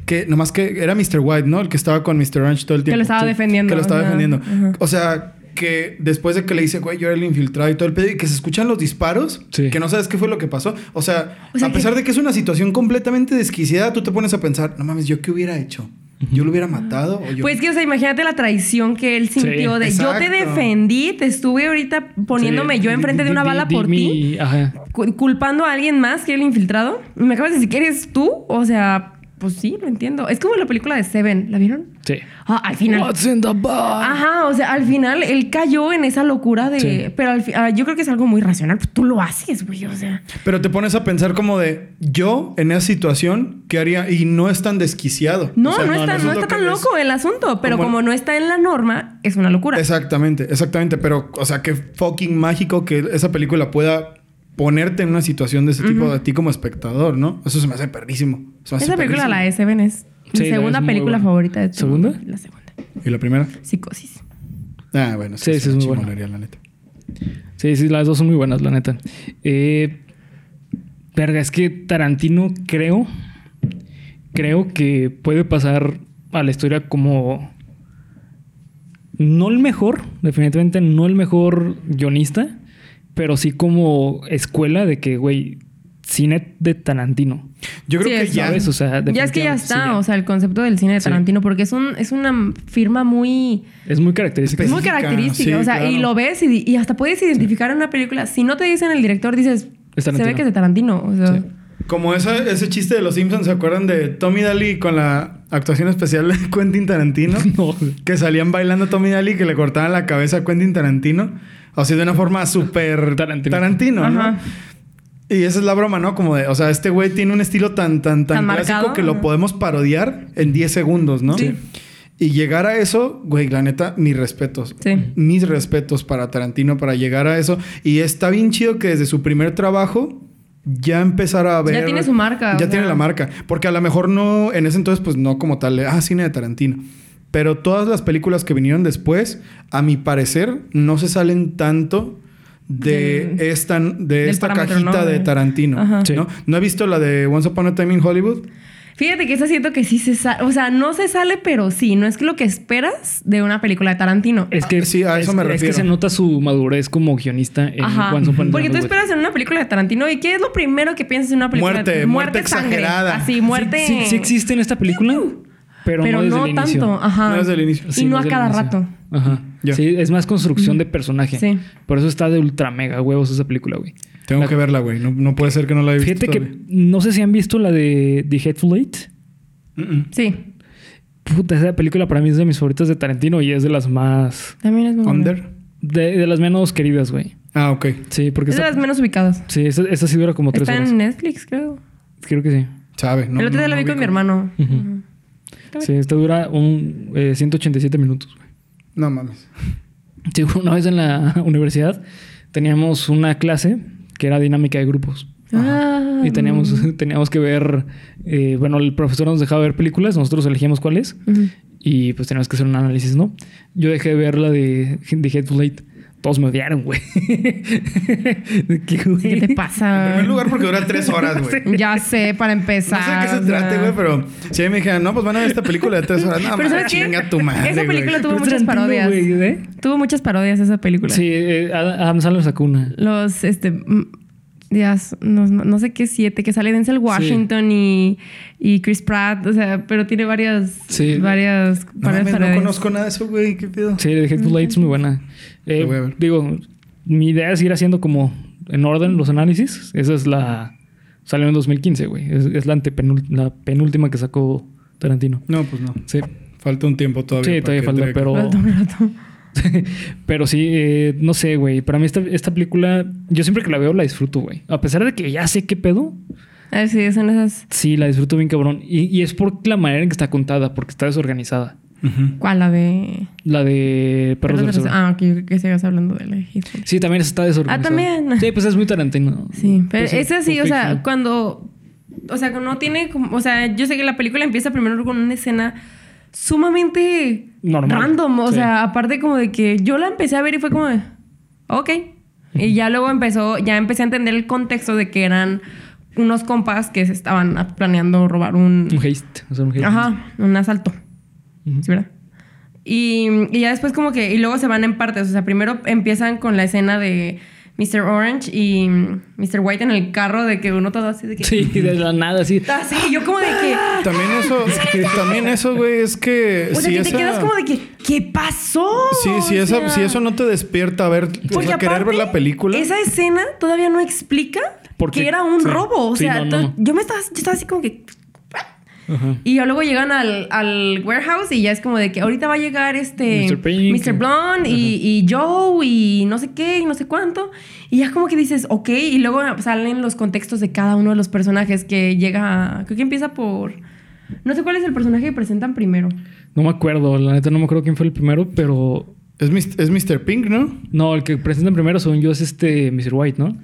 [SPEAKER 2] Que nomás que era Mr. White, ¿no? El que estaba con Mr. Ranch todo el tiempo.
[SPEAKER 3] lo estaba
[SPEAKER 2] Sí.
[SPEAKER 3] defendiendo,
[SPEAKER 2] Que lo estaba
[SPEAKER 3] ajá,
[SPEAKER 2] defendiendo.
[SPEAKER 3] ajá.
[SPEAKER 2] O sea, que después de que le dice, güey, yo era el infiltrado y todo el pedo, y que se escuchan los disparos,
[SPEAKER 1] Sí.
[SPEAKER 2] que no sabes qué fue lo que pasó. O sea,
[SPEAKER 3] O sea,
[SPEAKER 2] a
[SPEAKER 3] que-
[SPEAKER 2] pesar de que es una situación completamente desquiciada, tú te pones a pensar, no mames, ¿yo qué hubiera hecho? ¿Yo lo hubiera matado? ¿O yo
[SPEAKER 3] Pues que, o sea, imagínate la traición que él sintió de yo te
[SPEAKER 2] exacto.
[SPEAKER 3] defendí, te estuve ahorita poniéndome yo enfrente de una bala por ti,
[SPEAKER 1] ti. Ajá.
[SPEAKER 3] cu- culpando a alguien más que el infiltrado. Y Me acabas de decir que eres tú, o sea, pues sí, lo entiendo. Es como la película de Seven, ¿la vieron?
[SPEAKER 1] Sí.
[SPEAKER 3] Ah, al final.
[SPEAKER 1] What's in the bag?
[SPEAKER 3] Ajá, o sea, al final él cayó en esa locura de.
[SPEAKER 1] Sí.
[SPEAKER 3] Pero al fi- ah, yo creo que es algo muy racional. Pues tú lo haces, güey, o sea.
[SPEAKER 2] Pero te pones a pensar como de yo en esa situación, ¿qué haría? Y no es tan desquiciado.
[SPEAKER 3] No,
[SPEAKER 2] O sea,
[SPEAKER 3] no, está,
[SPEAKER 2] es
[SPEAKER 3] no
[SPEAKER 2] lo
[SPEAKER 3] está
[SPEAKER 2] que
[SPEAKER 3] tan
[SPEAKER 2] ves.
[SPEAKER 3] loco el asunto, pero
[SPEAKER 2] Como-
[SPEAKER 3] como, no está en la norma, es una locura.
[SPEAKER 2] Exactamente, exactamente. Pero, o sea, qué fucking mágico que esa película pueda ponerte en una situación de ese tipo a ti como espectador, ¿no? Eso se me hace perrísimo. Se me hace
[SPEAKER 3] Esa película, la
[SPEAKER 2] perrísimo.
[SPEAKER 3] de Seven, es mi
[SPEAKER 1] Sí, la
[SPEAKER 3] segunda
[SPEAKER 1] es muy
[SPEAKER 3] película
[SPEAKER 1] buena.
[SPEAKER 3] favorita de todo.
[SPEAKER 1] ¿Segunda?
[SPEAKER 3] La segunda.
[SPEAKER 2] ¿Y la primera?
[SPEAKER 3] Psicosis.
[SPEAKER 2] Ah, bueno.
[SPEAKER 1] Sí, sí, es muy buena.
[SPEAKER 2] chingonería, la neta.
[SPEAKER 1] Sí, sí, las dos son muy buenas, la neta. Eh, verga, es que Tarantino creo, creo que puede pasar a la historia como no el mejor, definitivamente no el mejor guionista, pero sí como escuela de que, güey, cine de Tarantino.
[SPEAKER 2] Yo creo
[SPEAKER 3] Sí,
[SPEAKER 2] que
[SPEAKER 3] es-
[SPEAKER 2] ya.
[SPEAKER 1] ¿Sabes? O sea,
[SPEAKER 3] Ya es que ya
[SPEAKER 1] definitivamente, sí,
[SPEAKER 3] está,
[SPEAKER 1] ya.
[SPEAKER 3] o sea, el concepto del cine de
[SPEAKER 1] Sí.
[SPEAKER 3] Tarantino, porque es, un, es una firma muy,
[SPEAKER 1] Es muy característica.
[SPEAKER 2] Pues-
[SPEAKER 3] muy
[SPEAKER 2] Específica,
[SPEAKER 3] característica.
[SPEAKER 2] sí,
[SPEAKER 3] o sea, y
[SPEAKER 2] claro.
[SPEAKER 3] lo ves y, y hasta puedes identificar en una película. Si no te dicen el director, dices,
[SPEAKER 1] Es
[SPEAKER 3] se
[SPEAKER 1] Tarantino.
[SPEAKER 3] ve que es de Tarantino. O sea,
[SPEAKER 1] Sí.
[SPEAKER 2] Como esa- ese chiste de los Simpsons, ¿se acuerdan de Tommy Daly con la actuación especial de Quentin Tarantino?
[SPEAKER 1] No.
[SPEAKER 2] Que salían bailando Tommy Daly que le cortaban la cabeza a Quentin Tarantino. O sea, de una forma súper
[SPEAKER 1] Tarantino.
[SPEAKER 2] Tarantino, ¿no?
[SPEAKER 3] Ajá.
[SPEAKER 2] Y esa es la broma, ¿no? Como de, o sea, este güey tiene un estilo tan, tan, tan,
[SPEAKER 3] Tan
[SPEAKER 2] clásico
[SPEAKER 3] marcado,
[SPEAKER 2] que lo
[SPEAKER 3] ajá.
[SPEAKER 2] podemos parodiar en 10 segundos, ¿no?
[SPEAKER 3] Sí.
[SPEAKER 2] Y llegar a eso, güey, la neta, mis respetos.
[SPEAKER 3] Sí.
[SPEAKER 2] Mis respetos para Tarantino para llegar a eso. Y está bien chido que desde su primer trabajo ya empezara a ver.
[SPEAKER 3] Ya tiene su marca,
[SPEAKER 2] Ya
[SPEAKER 3] o sea.
[SPEAKER 2] tiene la marca. Porque a lo mejor no, en ese entonces, pues no como tal, ah, cine de Tarantino. Pero todas las películas que vinieron después, a mi parecer, no se salen tanto de
[SPEAKER 3] Del-
[SPEAKER 2] esta, de
[SPEAKER 3] del
[SPEAKER 2] esta
[SPEAKER 3] parámetro,
[SPEAKER 2] cajita
[SPEAKER 3] ¿no?
[SPEAKER 2] de Tarantino.
[SPEAKER 3] Ajá.
[SPEAKER 1] Sí.
[SPEAKER 2] ¿no? ¿No he visto la de Once Upon a Time in Hollywood?
[SPEAKER 3] Fíjate que esa siento que sí se sale. O sea, no se sale, pero sí. No es lo que esperas de una película de Tarantino.
[SPEAKER 1] Es que,
[SPEAKER 2] Ah, sí, a eso
[SPEAKER 1] es-
[SPEAKER 2] me
[SPEAKER 1] es
[SPEAKER 2] refiero.
[SPEAKER 1] que se nota su madurez como guionista en
[SPEAKER 3] Ajá.
[SPEAKER 1] Once Upon a
[SPEAKER 3] Porque tú
[SPEAKER 1] Time in
[SPEAKER 3] esperas en una película de Tarantino. ¿Y qué es lo primero que piensas en una película?
[SPEAKER 2] Muerte,
[SPEAKER 3] de-
[SPEAKER 2] muerte
[SPEAKER 3] sangre.
[SPEAKER 2] exagerada.
[SPEAKER 3] Así,
[SPEAKER 1] Hollywood.
[SPEAKER 3] muerte.
[SPEAKER 1] Sí, sí- sí existe en esta película, pero,
[SPEAKER 3] Pero
[SPEAKER 1] no Ah, desde
[SPEAKER 3] no,
[SPEAKER 1] el inicio.
[SPEAKER 3] tanto. Ajá.
[SPEAKER 2] No desde el inicio.
[SPEAKER 3] Y
[SPEAKER 1] Sí,
[SPEAKER 3] no a
[SPEAKER 1] desde el
[SPEAKER 3] cada
[SPEAKER 1] inicio.
[SPEAKER 3] rato.
[SPEAKER 1] Ajá.
[SPEAKER 2] Ya.
[SPEAKER 1] Sí, es más construcción de personaje.
[SPEAKER 3] Sí.
[SPEAKER 1] Por eso está de ultra mega huevos esa película, güey.
[SPEAKER 2] Tengo
[SPEAKER 1] La-
[SPEAKER 2] que verla, güey. No, no puede ser que no la haya visto.
[SPEAKER 1] Fíjate que
[SPEAKER 2] todavía.
[SPEAKER 1] no sé si han visto la de The Hateful Eight.
[SPEAKER 2] Mm-mm.
[SPEAKER 3] Sí.
[SPEAKER 1] Puta, esa película para mí es de mis favoritas de Tarantino y es de las más.
[SPEAKER 3] También es muy buena.
[SPEAKER 2] Under.
[SPEAKER 1] de, de las menos queridas, güey.
[SPEAKER 2] Ah, ok.
[SPEAKER 1] Sí, porque
[SPEAKER 3] Es de
[SPEAKER 1] esa,
[SPEAKER 3] las menos ubicadas.
[SPEAKER 1] sí, esa, esa sí dura como tres
[SPEAKER 3] Está
[SPEAKER 1] horas.
[SPEAKER 3] en Netflix, creo.
[SPEAKER 1] Creo que sí.
[SPEAKER 2] Sabe. No,
[SPEAKER 3] el otro día
[SPEAKER 2] no,
[SPEAKER 3] la
[SPEAKER 2] no
[SPEAKER 3] vi con
[SPEAKER 2] ubico.
[SPEAKER 3] mi hermano.
[SPEAKER 1] Ujú.
[SPEAKER 3] Ujú. Está
[SPEAKER 1] Sí, esta dura un eh, 187 minutos, güey.
[SPEAKER 2] No mames.
[SPEAKER 1] Sí, una vez en la universidad teníamos una clase que era dinámica de grupos.
[SPEAKER 3] Ah,
[SPEAKER 1] Y teníamos, teníamos que ver, eh, bueno, el profesor nos dejaba ver películas, nosotros elegíamos cuáles
[SPEAKER 3] Ujú.
[SPEAKER 1] y pues teníamos que hacer un análisis, ¿no? Yo dejé de ver la de, de Hateful Eight. Todos me odiaron, güey. ¿De ¿Qué, güey?
[SPEAKER 3] ¿Qué te
[SPEAKER 2] En
[SPEAKER 3] pasa?
[SPEAKER 2] primer lugar, porque dura tres horas, güey.
[SPEAKER 3] Ya sé, para
[SPEAKER 2] No
[SPEAKER 3] empezar.
[SPEAKER 2] sé de qué se
[SPEAKER 3] o sea.
[SPEAKER 2] trate, güey, pero si a mí me dijeron, no, pues van a ver esta película de tres horas. No,
[SPEAKER 3] Pero
[SPEAKER 2] mames,
[SPEAKER 3] ¿sabes qué?
[SPEAKER 2] chinga tu madre.
[SPEAKER 3] Esa película
[SPEAKER 2] güey.
[SPEAKER 3] tuvo
[SPEAKER 1] Pero
[SPEAKER 3] muchas
[SPEAKER 1] Tarantino,
[SPEAKER 3] parodias.
[SPEAKER 1] güey, ¿eh?
[SPEAKER 3] Tuvo muchas parodias esa película.
[SPEAKER 1] Sí, eh, Ad- Adam Sandler sacó una.
[SPEAKER 3] Los, este. mm, días, no, no sé qué siete, que sale Denzel Washington y, y Chris Pratt, o sea, pero tiene varias.
[SPEAKER 1] Sí.
[SPEAKER 3] Varias.
[SPEAKER 2] No
[SPEAKER 3] varias
[SPEAKER 2] mames, no
[SPEAKER 3] parodias.
[SPEAKER 2] conozco nada de eso, güey. ¿Qué pedo?
[SPEAKER 1] Sí, de Hateful Eight es muy buena. Eh,
[SPEAKER 2] La voy a ver.
[SPEAKER 1] digo, mi idea es ir haciendo como en orden los análisis. Esa es
[SPEAKER 3] ah.
[SPEAKER 1] la... Salió en 2015, güey. Es, es la, antepenul- la penúltima que sacó Tarantino.
[SPEAKER 2] No, pues no.
[SPEAKER 1] Sí,
[SPEAKER 2] Falta un tiempo todavía.
[SPEAKER 1] sí
[SPEAKER 2] para
[SPEAKER 1] todavía
[SPEAKER 2] que
[SPEAKER 1] falta,
[SPEAKER 2] te-
[SPEAKER 1] pero...
[SPEAKER 3] Rato, rato.
[SPEAKER 1] Pero sí, eh, no sé, güey. Para mí esta, esta película, yo siempre que la veo la disfruto, güey. A pesar de que ya sé qué pedo,
[SPEAKER 3] A ver si Ah, son esas.
[SPEAKER 1] sí, la disfruto bien cabrón. Y, y es por la manera en que está contada, porque está desorganizada.
[SPEAKER 2] Ujú.
[SPEAKER 3] ¿Cuál la de.?
[SPEAKER 1] La de Perros del
[SPEAKER 3] Perros de
[SPEAKER 1] Sur.
[SPEAKER 3] Reserva. Ah, ok, yo creo que sigas hablando de la de Hitchcock.
[SPEAKER 1] Sí, también está desorganizada.
[SPEAKER 3] Ah, también.
[SPEAKER 1] Sí, pues es muy Tarantino.
[SPEAKER 3] Sí, pero
[SPEAKER 1] Pues
[SPEAKER 3] es así,
[SPEAKER 1] Pulp
[SPEAKER 3] o sea,
[SPEAKER 1] Fiction.
[SPEAKER 3] cuando. O sea, no tiene. como- O sea, yo sé que la película empieza primero con una escena sumamente.
[SPEAKER 1] Normal.
[SPEAKER 3] Random. O
[SPEAKER 1] Sí.
[SPEAKER 3] sea, aparte como de que yo la empecé a ver y fue como. de, Ok. Y ya luego empezó. Ya empecé a entender el contexto de que eran unos compas que se estaban a- planeando robar un.
[SPEAKER 1] Un haste. O sea, un haste.
[SPEAKER 3] Ajá, un asalto.
[SPEAKER 1] Ujú.
[SPEAKER 3] Sí, ¿verdad? Y, y ya después como que... Y luego se van en partes. O sea, primero empiezan con la escena de Mr. Orange y Mr. White en el carro de que uno todo así de que...
[SPEAKER 1] Sí, de la nada, sí.
[SPEAKER 3] Así, yo como de que...
[SPEAKER 2] También eso, también eso, güey, es que.
[SPEAKER 3] O sea,
[SPEAKER 2] si
[SPEAKER 3] que
[SPEAKER 2] esa-
[SPEAKER 3] te quedas como de que... ¿Qué pasó?
[SPEAKER 2] Sí, sí,
[SPEAKER 3] O
[SPEAKER 2] esa,
[SPEAKER 3] sea,
[SPEAKER 2] si eso no te despierta a ver, o
[SPEAKER 1] pues
[SPEAKER 3] porque
[SPEAKER 2] sea, querer ver
[SPEAKER 3] aparte,
[SPEAKER 2] la película.
[SPEAKER 3] Esa escena todavía no explica
[SPEAKER 1] Porque-
[SPEAKER 3] que era un
[SPEAKER 1] sí.
[SPEAKER 3] robo. O
[SPEAKER 1] Sí,
[SPEAKER 3] sea,
[SPEAKER 1] no, no,
[SPEAKER 3] to-
[SPEAKER 1] no.
[SPEAKER 3] yo me estaba, yo estaba así como que...
[SPEAKER 1] Ajá.
[SPEAKER 3] Y ya luego llegan al, al warehouse y ya es como de que ahorita va a llegar este
[SPEAKER 1] Mr. Pink.
[SPEAKER 3] Mr. Blonde y, y Joe y no sé qué y no sé cuánto. Y ya como que dices, ok, y luego salen los contextos de cada uno de los personajes que llega, creo que empieza por... No sé cuál es el personaje que presentan primero.
[SPEAKER 1] No me acuerdo, la neta no me acuerdo quién fue el primero, pero.
[SPEAKER 2] Es, mis- es Mr. Pink, ¿no?
[SPEAKER 1] No, el que presentan primero, según yo, es este Mr. White, ¿no?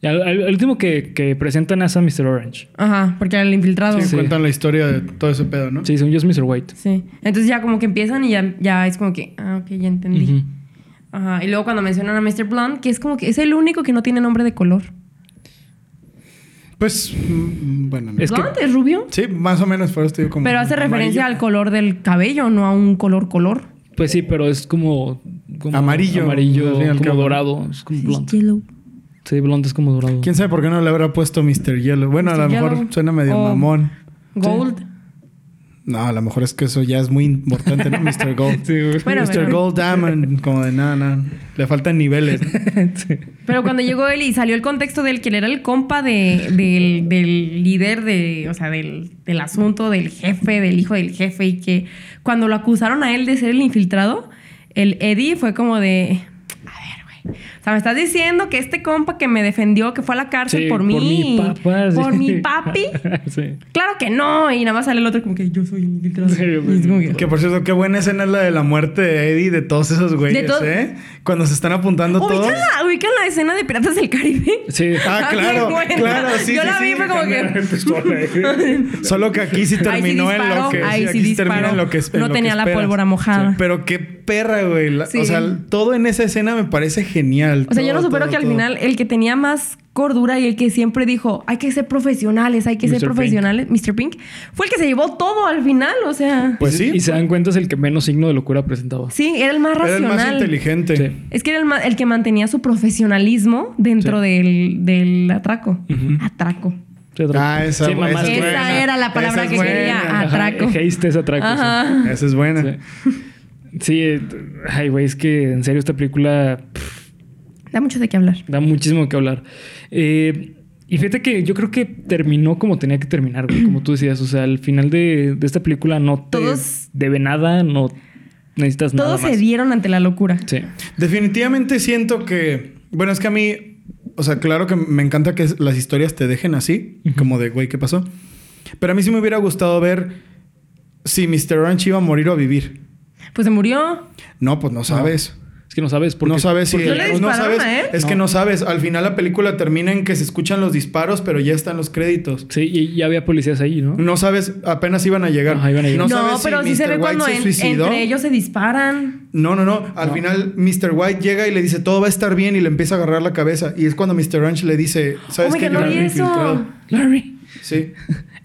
[SPEAKER 1] Y al- al- el último que, que presentan es a Mr. Orange.
[SPEAKER 3] Ajá, porque era el infiltrado.
[SPEAKER 1] Sí,
[SPEAKER 3] Sí,
[SPEAKER 1] sí.
[SPEAKER 2] Cuentan la historia de todo ese pedo, ¿no?
[SPEAKER 1] Sí, según yo es Mr. White.
[SPEAKER 3] Entonces ya como que empiezan y ya, ya es como que, ah, ok, ya entendí.
[SPEAKER 1] Ujú.
[SPEAKER 3] Ajá, y luego cuando mencionan a Mr. Blonde, que es como que es el único que no tiene nombre de color.
[SPEAKER 2] Pues, mm, bueno, no.
[SPEAKER 1] Es que-
[SPEAKER 3] ¿Blonde es rubio?
[SPEAKER 2] Sí, más o menos, por eso te digo como.
[SPEAKER 3] Pero hace
[SPEAKER 2] amarillo.
[SPEAKER 3] referencia al color del cabello, no a un color color.
[SPEAKER 1] Pues sí, pero es como. como
[SPEAKER 2] Amarillo, al
[SPEAKER 1] Amarillo,
[SPEAKER 2] fin y al
[SPEAKER 1] como
[SPEAKER 2] cabo.
[SPEAKER 1] dorado. Es como blonde.
[SPEAKER 3] Yellow.
[SPEAKER 1] Sí, blonde es como dorado.
[SPEAKER 2] ¿Quién sabe por qué no le habrá puesto Mr. Yellow? Bueno, a
[SPEAKER 3] Mr.
[SPEAKER 2] lo mejor
[SPEAKER 3] Yellow.
[SPEAKER 2] suena medio
[SPEAKER 3] O-
[SPEAKER 2] mamón.
[SPEAKER 3] Gold.
[SPEAKER 2] No, a lo mejor es que eso ya es muy importante, ¿no? Mr. Gold.
[SPEAKER 3] Bueno,
[SPEAKER 2] Mr.
[SPEAKER 3] pero-
[SPEAKER 2] Gold Diamond, como de nada, nada. Le faltan niveles.
[SPEAKER 1] Sí.
[SPEAKER 3] Pero cuando llegó él y salió el contexto del que él era el compa de- del, del líder de, o sea, del, del asunto, del jefe, del hijo del jefe, y que cuando lo acusaron a él de ser el infiltrado, el Eddie fue como de. A ver, güey. sea, me estás diciendo que este compa que me defendió, que fue a la cárcel
[SPEAKER 1] Sí,
[SPEAKER 3] por mí.
[SPEAKER 1] mi papá, sí.
[SPEAKER 3] Por mi papi.
[SPEAKER 1] sí.
[SPEAKER 3] Claro que no. Y nada más sale el otro como que yo soy un infiltrado.
[SPEAKER 1] Sí, yo
[SPEAKER 3] Y es como que-
[SPEAKER 2] Que por cierto, qué buena escena es la de la muerte de Eddie y de todos esos güeyes,
[SPEAKER 3] to-
[SPEAKER 2] ¿eh? Cuando se están apuntando todos.
[SPEAKER 3] Ubican la, ubican la escena de Piratas del Caribe.
[SPEAKER 1] Sí.
[SPEAKER 2] Ah, claro,
[SPEAKER 3] Haz de cuenta.
[SPEAKER 2] claro, sí.
[SPEAKER 3] Yo
[SPEAKER 2] sí,
[SPEAKER 3] la
[SPEAKER 2] sí.
[SPEAKER 3] vi, fue como que.
[SPEAKER 2] Solo que aquí sí terminó en lo
[SPEAKER 3] disparó,
[SPEAKER 2] que.
[SPEAKER 3] ahí sí
[SPEAKER 2] aquí
[SPEAKER 3] disparó.
[SPEAKER 2] termina en lo que es- en
[SPEAKER 3] No
[SPEAKER 2] lo que
[SPEAKER 3] tenía la
[SPEAKER 2] esperas.
[SPEAKER 3] pólvora mojada.
[SPEAKER 2] Sí. Pero qué perra, güey. La-
[SPEAKER 3] Sí.
[SPEAKER 2] O sea, todo en esa escena me parece genial.
[SPEAKER 3] O sea, yo no
[SPEAKER 2] Todo,
[SPEAKER 3] supero
[SPEAKER 2] todo,
[SPEAKER 3] que al
[SPEAKER 2] todo.
[SPEAKER 3] final el que tenía más cordura y el que siempre dijo, hay que ser profesionales, hay que
[SPEAKER 1] Mr.
[SPEAKER 3] ser
[SPEAKER 1] Pink.
[SPEAKER 3] profesionales, Mr. Pink, fue el que se llevó todo al final, o sea.
[SPEAKER 2] Pues sí.
[SPEAKER 1] Y se dan cuenta es el que menos signo de locura presentaba.
[SPEAKER 3] sí, era el más
[SPEAKER 2] Era el
[SPEAKER 3] racional.
[SPEAKER 2] más inteligente.
[SPEAKER 1] Sí.
[SPEAKER 3] Es que era el, ma- el que mantenía su profesionalismo dentro del, del atraco. Atraco.
[SPEAKER 1] Se trata.
[SPEAKER 2] Ah, esa,
[SPEAKER 1] Sí, mamá,
[SPEAKER 2] esa es
[SPEAKER 1] sí.
[SPEAKER 3] Esa
[SPEAKER 2] buena.
[SPEAKER 3] era la palabra
[SPEAKER 2] Esa es
[SPEAKER 3] que quería.
[SPEAKER 2] buena.
[SPEAKER 3] Ah, atraco.
[SPEAKER 1] Ajá, Heiste es atraco. sí.
[SPEAKER 3] Ajá.
[SPEAKER 2] Esa es buena.
[SPEAKER 1] Sí. Sí, eh, ay, güey, es que en serio esta película pff,
[SPEAKER 3] Da mucho de qué hablar.
[SPEAKER 1] da muchísimo que hablar. Eh, y fíjate que yo creo que terminó como tenía que terminar, güey, como tú decías. O sea, al final de, de esta película no te
[SPEAKER 3] Todos-
[SPEAKER 1] debe nada, no necesitas nada
[SPEAKER 3] Todos se
[SPEAKER 1] más.
[SPEAKER 3] dieron ante la locura.
[SPEAKER 1] Sí.
[SPEAKER 2] Definitivamente siento que. Bueno, es que a mí. O sea, claro que me encanta que las historias te dejen así, como de güey, ¿qué pasó? Pero a mí sí me hubiera gustado ver si Mr. Orange iba a morir o a vivir.
[SPEAKER 3] Pues se murió.
[SPEAKER 2] No, pues no sabes.
[SPEAKER 1] Es que no sabes por
[SPEAKER 2] no
[SPEAKER 1] qué-
[SPEAKER 2] sabes si.
[SPEAKER 1] porque-
[SPEAKER 3] No le ¿eh?
[SPEAKER 2] no
[SPEAKER 3] dispararon
[SPEAKER 2] sabes.
[SPEAKER 3] a él.
[SPEAKER 2] Es que
[SPEAKER 1] No.
[SPEAKER 2] no sabes. Al final la película termina en que se escuchan los disparos, pero ya están los créditos.
[SPEAKER 1] Sí, y ya había policías ahí, ¿no?
[SPEAKER 2] No sabes, apenas iban a llegar.
[SPEAKER 1] Ajá, iban a
[SPEAKER 2] No,
[SPEAKER 1] llegar.
[SPEAKER 3] No,
[SPEAKER 2] sabes
[SPEAKER 3] pero
[SPEAKER 2] si
[SPEAKER 3] sí se
[SPEAKER 2] Mr.
[SPEAKER 3] ve
[SPEAKER 2] White
[SPEAKER 3] cuando
[SPEAKER 2] se
[SPEAKER 3] en-
[SPEAKER 2] suicidó.
[SPEAKER 3] entre ellos se disparan.
[SPEAKER 2] No, no, no. Al
[SPEAKER 1] No.
[SPEAKER 2] final Mr. White llega y le dice todo va a estar bien y le empieza a agarrar la cabeza. Y es cuando Mr. Ranch le dice, ¿sabes
[SPEAKER 3] Oh my
[SPEAKER 2] qué?
[SPEAKER 3] God, no
[SPEAKER 2] era
[SPEAKER 3] vi
[SPEAKER 2] un
[SPEAKER 3] eso.
[SPEAKER 2] infiltrado".
[SPEAKER 1] Larry,
[SPEAKER 2] Sí.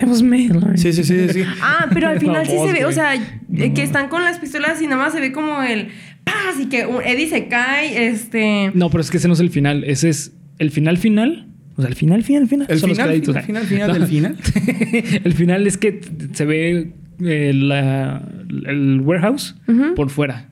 [SPEAKER 1] it was me, Larry.
[SPEAKER 2] sí, sí, sí, sí.
[SPEAKER 3] Ah, pero al
[SPEAKER 1] La
[SPEAKER 3] final sí
[SPEAKER 1] voz,
[SPEAKER 3] se ve, o
[SPEAKER 1] güey.
[SPEAKER 3] sea, eh, que están con las pistolas y nada más se ve como el ¡paz! Y que un- Eddie se cae, este.
[SPEAKER 1] No, pero es que ese no es el final. Ese es el final final. O sea, el final, final, final.
[SPEAKER 2] El
[SPEAKER 1] son los
[SPEAKER 2] final,
[SPEAKER 1] créditos.
[SPEAKER 2] final, final, final del final.
[SPEAKER 1] el final es que t- se ve eh, la- el warehouse
[SPEAKER 3] Ujú.
[SPEAKER 1] por fuera.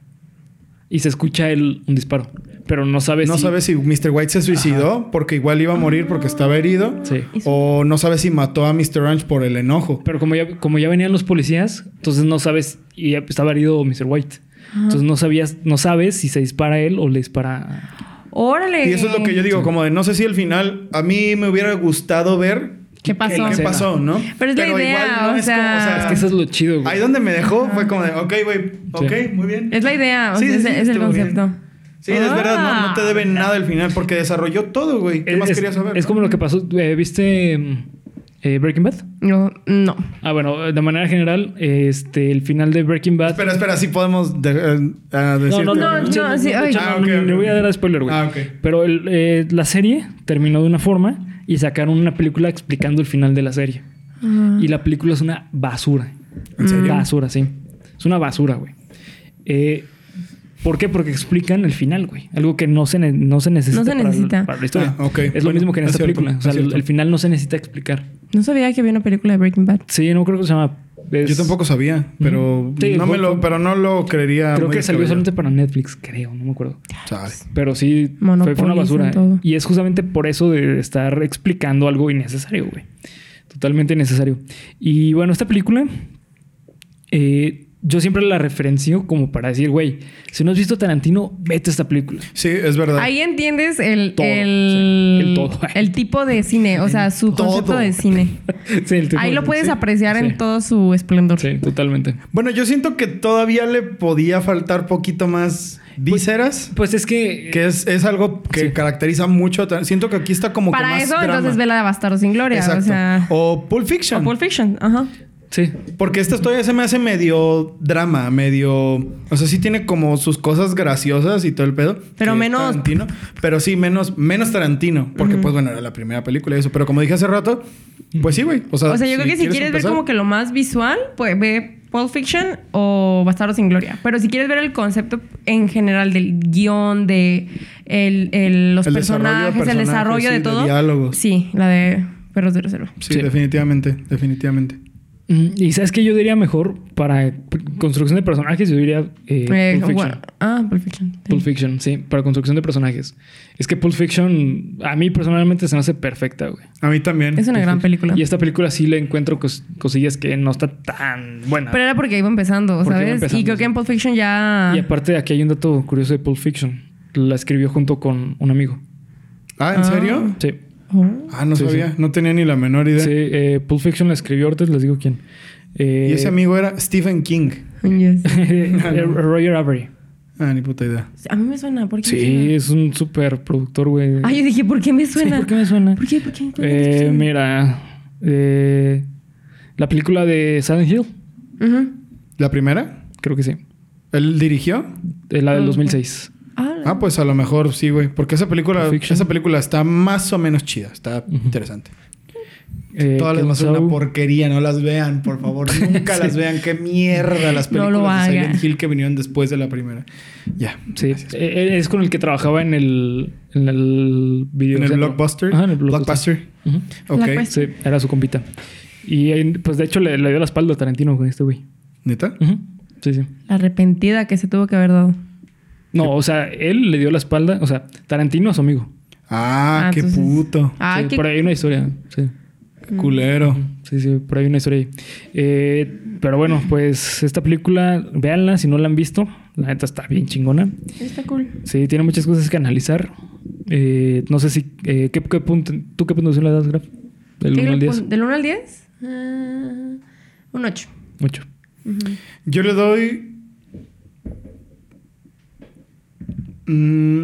[SPEAKER 1] Y se escucha el, un disparo. Pero no sabes
[SPEAKER 2] No
[SPEAKER 1] si-
[SPEAKER 2] sabes si Mr. White se suicidó porque igual iba a morir porque estaba herido.
[SPEAKER 1] Sí.
[SPEAKER 2] O no sabes si mató a Mr. Ranch por el enojo.
[SPEAKER 1] Pero como ya, como ya venían los policías, entonces no sabes... Y ya estaba herido Mr. White. Entonces no sabías... No sabes si se dispara él o le dispara...
[SPEAKER 3] Órale.
[SPEAKER 2] Y eso es lo que yo digo, como de no sé si el final, a mí me hubiera gustado ver
[SPEAKER 3] ¿Qué pasó?
[SPEAKER 2] qué
[SPEAKER 1] Sí.
[SPEAKER 2] pasó, ¿no?
[SPEAKER 3] Pero es la idea, o sea-
[SPEAKER 1] Es que eso es lo chido, güey.
[SPEAKER 2] Ahí donde me dejó fue como de, ok, güey, ok,
[SPEAKER 1] Sí.
[SPEAKER 2] muy bien.
[SPEAKER 3] Es la idea, o
[SPEAKER 2] Sí,
[SPEAKER 3] sea,
[SPEAKER 2] sí,
[SPEAKER 3] es,
[SPEAKER 2] sí,
[SPEAKER 3] es el
[SPEAKER 2] estuvo bien.
[SPEAKER 3] concepto.
[SPEAKER 2] Sí, es
[SPEAKER 3] Ah.
[SPEAKER 2] verdad, no, no te deben nada al final porque desarrolló todo, güey. ¿Qué
[SPEAKER 1] Es-
[SPEAKER 2] más
[SPEAKER 1] es-
[SPEAKER 2] querías saber?
[SPEAKER 1] Es
[SPEAKER 2] no?
[SPEAKER 1] como lo que pasó... eh, ¿Viste mm, eh, Breaking Bad?
[SPEAKER 3] No, no.
[SPEAKER 1] Ah, bueno, de manera general, este, el final de Breaking Bad.
[SPEAKER 2] Espera, espera, sí podemos de, eh, ah, decirte,
[SPEAKER 1] no, no,
[SPEAKER 3] no,
[SPEAKER 1] no,
[SPEAKER 3] no, sí,
[SPEAKER 1] no,
[SPEAKER 3] ay.
[SPEAKER 1] no,
[SPEAKER 2] Ah,
[SPEAKER 1] no,
[SPEAKER 2] ok,
[SPEAKER 1] no,
[SPEAKER 2] ok,
[SPEAKER 1] le voy
[SPEAKER 2] ok.
[SPEAKER 1] a dar spoiler, güey.
[SPEAKER 2] Ah, ok.
[SPEAKER 1] Pero el, eh, la serie terminó de una forma y sacaron una película explicando el final de la serie. Y la película es una basura.
[SPEAKER 2] ¿En serio?
[SPEAKER 1] Basura, sí. Es una basura, güey. Eh, ¿Por qué? Porque explican el final, güey. Algo que no se, ne- no se necesita,
[SPEAKER 3] No se
[SPEAKER 1] para-
[SPEAKER 3] necesita.
[SPEAKER 1] Para, la historia.
[SPEAKER 2] Ah, ok.
[SPEAKER 1] Es lo
[SPEAKER 2] Bueno,
[SPEAKER 1] mismo que en
[SPEAKER 2] es
[SPEAKER 1] esta
[SPEAKER 2] cierto,
[SPEAKER 1] película. O sea,
[SPEAKER 2] es
[SPEAKER 1] el,
[SPEAKER 2] cierto.
[SPEAKER 1] el final no se necesita explicar.
[SPEAKER 3] No sabía que había una película de Breaking Bad.
[SPEAKER 1] Sí, no creo que se llama. es-
[SPEAKER 2] Yo tampoco sabía, pero,
[SPEAKER 1] Sí,
[SPEAKER 2] no, me
[SPEAKER 1] fue-
[SPEAKER 2] lo, pero no lo creería.
[SPEAKER 1] Creo
[SPEAKER 2] muy
[SPEAKER 1] que salió
[SPEAKER 2] descabellado.
[SPEAKER 1] solamente para Netflix, creo, no me acuerdo.
[SPEAKER 2] Sabe.
[SPEAKER 1] Pero sí, fue- fue una
[SPEAKER 3] Monopolizan
[SPEAKER 1] basura.
[SPEAKER 3] todo.
[SPEAKER 1] Y es justamente por eso de estar explicando algo innecesario, güey. Totalmente innecesario. Y bueno, esta película, eh, yo siempre la referencio como para decir, güey, si no has visto Tarantino, vete a esta película.
[SPEAKER 2] Sí, es verdad.
[SPEAKER 3] Ahí entiendes el,
[SPEAKER 1] Todo,
[SPEAKER 3] el,
[SPEAKER 1] sí, el todo.
[SPEAKER 3] el tipo de cine, o sea, su
[SPEAKER 2] Todo.
[SPEAKER 3] concepto de cine.
[SPEAKER 1] Sí, el tipo-
[SPEAKER 3] Ahí lo puedes
[SPEAKER 1] sí,
[SPEAKER 3] apreciar
[SPEAKER 1] sí.
[SPEAKER 3] en todo su esplendor.
[SPEAKER 1] Sí, totalmente.
[SPEAKER 2] Bueno, yo siento que todavía le podía faltar poquito más vísceras,
[SPEAKER 1] Pues es que...
[SPEAKER 2] que es, es algo que
[SPEAKER 1] Sí.
[SPEAKER 2] caracteriza mucho. a Tar- Siento que aquí está como que
[SPEAKER 3] Para
[SPEAKER 2] más
[SPEAKER 3] eso,
[SPEAKER 2] drama.
[SPEAKER 3] entonces ve la de Bastardo sin Gloria.
[SPEAKER 2] Exacto.
[SPEAKER 3] O sea.
[SPEAKER 2] Pulp Fiction.
[SPEAKER 3] O Pulp Fiction, ajá.
[SPEAKER 1] Sí.
[SPEAKER 2] Porque esta historia se me hace medio drama, medio. O sea, sí tiene como sus cosas graciosas y todo el pedo.
[SPEAKER 3] Pero
[SPEAKER 2] que
[SPEAKER 3] menos-
[SPEAKER 2] Tarantino, pero sí, menos, menos Tarantino. Porque, pues bueno, era la primera película y eso. Pero como dije hace rato, pues sí, güey. O sea,
[SPEAKER 3] O sea, yo creo que si quieres ver
[SPEAKER 2] empezar-
[SPEAKER 3] como que lo más visual, pues ve Pulp Fiction o Bastardo sin Gloria. Pero si quieres ver el concepto en general del guión, de el, el- los
[SPEAKER 2] El desarrollo de
[SPEAKER 3] personajes, el
[SPEAKER 2] personajes,
[SPEAKER 3] desarrollo
[SPEAKER 2] sí,
[SPEAKER 3] de
[SPEAKER 2] de
[SPEAKER 3] todo.
[SPEAKER 2] diálogos.
[SPEAKER 3] Sí, la de Perros de Reserva.
[SPEAKER 2] Sí,
[SPEAKER 1] Sí.
[SPEAKER 2] definitivamente, definitivamente.
[SPEAKER 1] Mm, Y sabes que yo diría mejor para pr- construcción de personajes, yo diría eh,
[SPEAKER 3] Eh,
[SPEAKER 1] Pulp Fiction.
[SPEAKER 3] bueno, ah, Pulp Fiction. sí.
[SPEAKER 1] Pulp Fiction, sí, para construcción de personajes. Es que Pulp Fiction, a mí personalmente se me hace perfecta, güey.
[SPEAKER 2] A mí también.
[SPEAKER 3] Es una gran película.
[SPEAKER 1] Y esta película sí le encuentro cos- cosillas que no está tan buena.
[SPEAKER 3] Pero ah. era porque iba empezando,
[SPEAKER 1] Porque iba
[SPEAKER 3] ¿sabes?
[SPEAKER 1] empezando,
[SPEAKER 3] y creo que
[SPEAKER 1] sí.
[SPEAKER 3] en Pulp Fiction ya...
[SPEAKER 1] y aparte, aquí hay un dato curioso de Pulp Fiction. la escribió junto con un amigo.
[SPEAKER 2] Ah, ¿en
[SPEAKER 3] Ah.
[SPEAKER 2] serio?
[SPEAKER 1] Sí.
[SPEAKER 3] Oh,
[SPEAKER 2] Ah, no
[SPEAKER 1] Sí,
[SPEAKER 2] sabía.
[SPEAKER 1] sí.
[SPEAKER 2] No tenía ni la menor idea.
[SPEAKER 1] Sí, eh, Pulp Fiction la escribió Ortiz, les digo quién. Eh,
[SPEAKER 2] Y ese amigo Ah, era Stephen King.
[SPEAKER 3] Yes.
[SPEAKER 1] eh, Roger Avery.
[SPEAKER 2] Ah, ni puta idea.
[SPEAKER 3] A mí me suena. ¿Por qué? me
[SPEAKER 1] Sí,
[SPEAKER 3] suena?
[SPEAKER 1] es un súper productor, güey.
[SPEAKER 3] Ay, yo dije, ¿por qué me
[SPEAKER 1] Sí,
[SPEAKER 3] suena?
[SPEAKER 1] ¿por qué me suena?
[SPEAKER 3] ¿Por qué? ¿Por qué? ¿Por qué?
[SPEAKER 1] Eh, mira, eh, la película de Silent Hill,
[SPEAKER 3] Ujú.
[SPEAKER 2] ¿La primera?
[SPEAKER 1] creo que sí.
[SPEAKER 2] ¿Él dirigió?
[SPEAKER 1] Eh, la del
[SPEAKER 3] Ah,
[SPEAKER 1] 2006.
[SPEAKER 3] Ah,
[SPEAKER 2] Ah, pues a lo mejor sí, güey. Porque esa película,
[SPEAKER 1] Pulp Fiction.
[SPEAKER 2] esa película está más o menos chida. Está interesante.
[SPEAKER 1] Eh,
[SPEAKER 2] Todas las demás son una
[SPEAKER 1] Kurosawa.
[SPEAKER 2] porquería. No las vean, por favor. Nunca las vean. Qué mierda las
[SPEAKER 3] No
[SPEAKER 2] películas
[SPEAKER 3] lo
[SPEAKER 2] de Silent
[SPEAKER 3] hagan.
[SPEAKER 2] Hill que vinieron después de la primera. Ya.
[SPEAKER 1] Sí, eh, eh, es con el que trabajaba en el, en el video.
[SPEAKER 2] En el
[SPEAKER 1] centro.
[SPEAKER 2] Blockbuster.
[SPEAKER 1] Ajá, en el Blockbuster.
[SPEAKER 2] Blockbuster.
[SPEAKER 1] Ujú.
[SPEAKER 2] Ok.
[SPEAKER 3] Blockbuster.
[SPEAKER 1] Sí, era su compita. Y eh, pues de hecho le, le dio la espalda a Tarantino con este güey.
[SPEAKER 2] ¿Neta?
[SPEAKER 1] Ujú. Sí, sí.
[SPEAKER 3] la arrepentida que se tuvo que haber dado.
[SPEAKER 1] No, o sea, él le dio la espalda, o sea, Tarantino a su amigo.
[SPEAKER 2] Ah,
[SPEAKER 3] Ah,
[SPEAKER 2] qué
[SPEAKER 3] entonces-
[SPEAKER 2] puto.
[SPEAKER 3] Ay,
[SPEAKER 1] Sí,
[SPEAKER 3] Ah, qué-
[SPEAKER 1] Por ahí hay una historia. Sí.
[SPEAKER 2] Qué culero.
[SPEAKER 1] Sí, sí, por ahí hay una historia ahí. Eh, pero bueno, pues esta película, véanla si no la han visto. La neta está bien chingona.
[SPEAKER 3] Está cool.
[SPEAKER 1] Sí, tiene muchas cosas que analizar. Eh, no sé si. eh, ¿qué, qué punto, ¿Tú qué puntuación le das, Graf? Del
[SPEAKER 3] ¿Qué
[SPEAKER 1] 1 al
[SPEAKER 3] le
[SPEAKER 1] 10.
[SPEAKER 3] pon- ¿Del 1 al 10? Ah, un 8.
[SPEAKER 1] Mucho.
[SPEAKER 2] Yo le doy. Mm,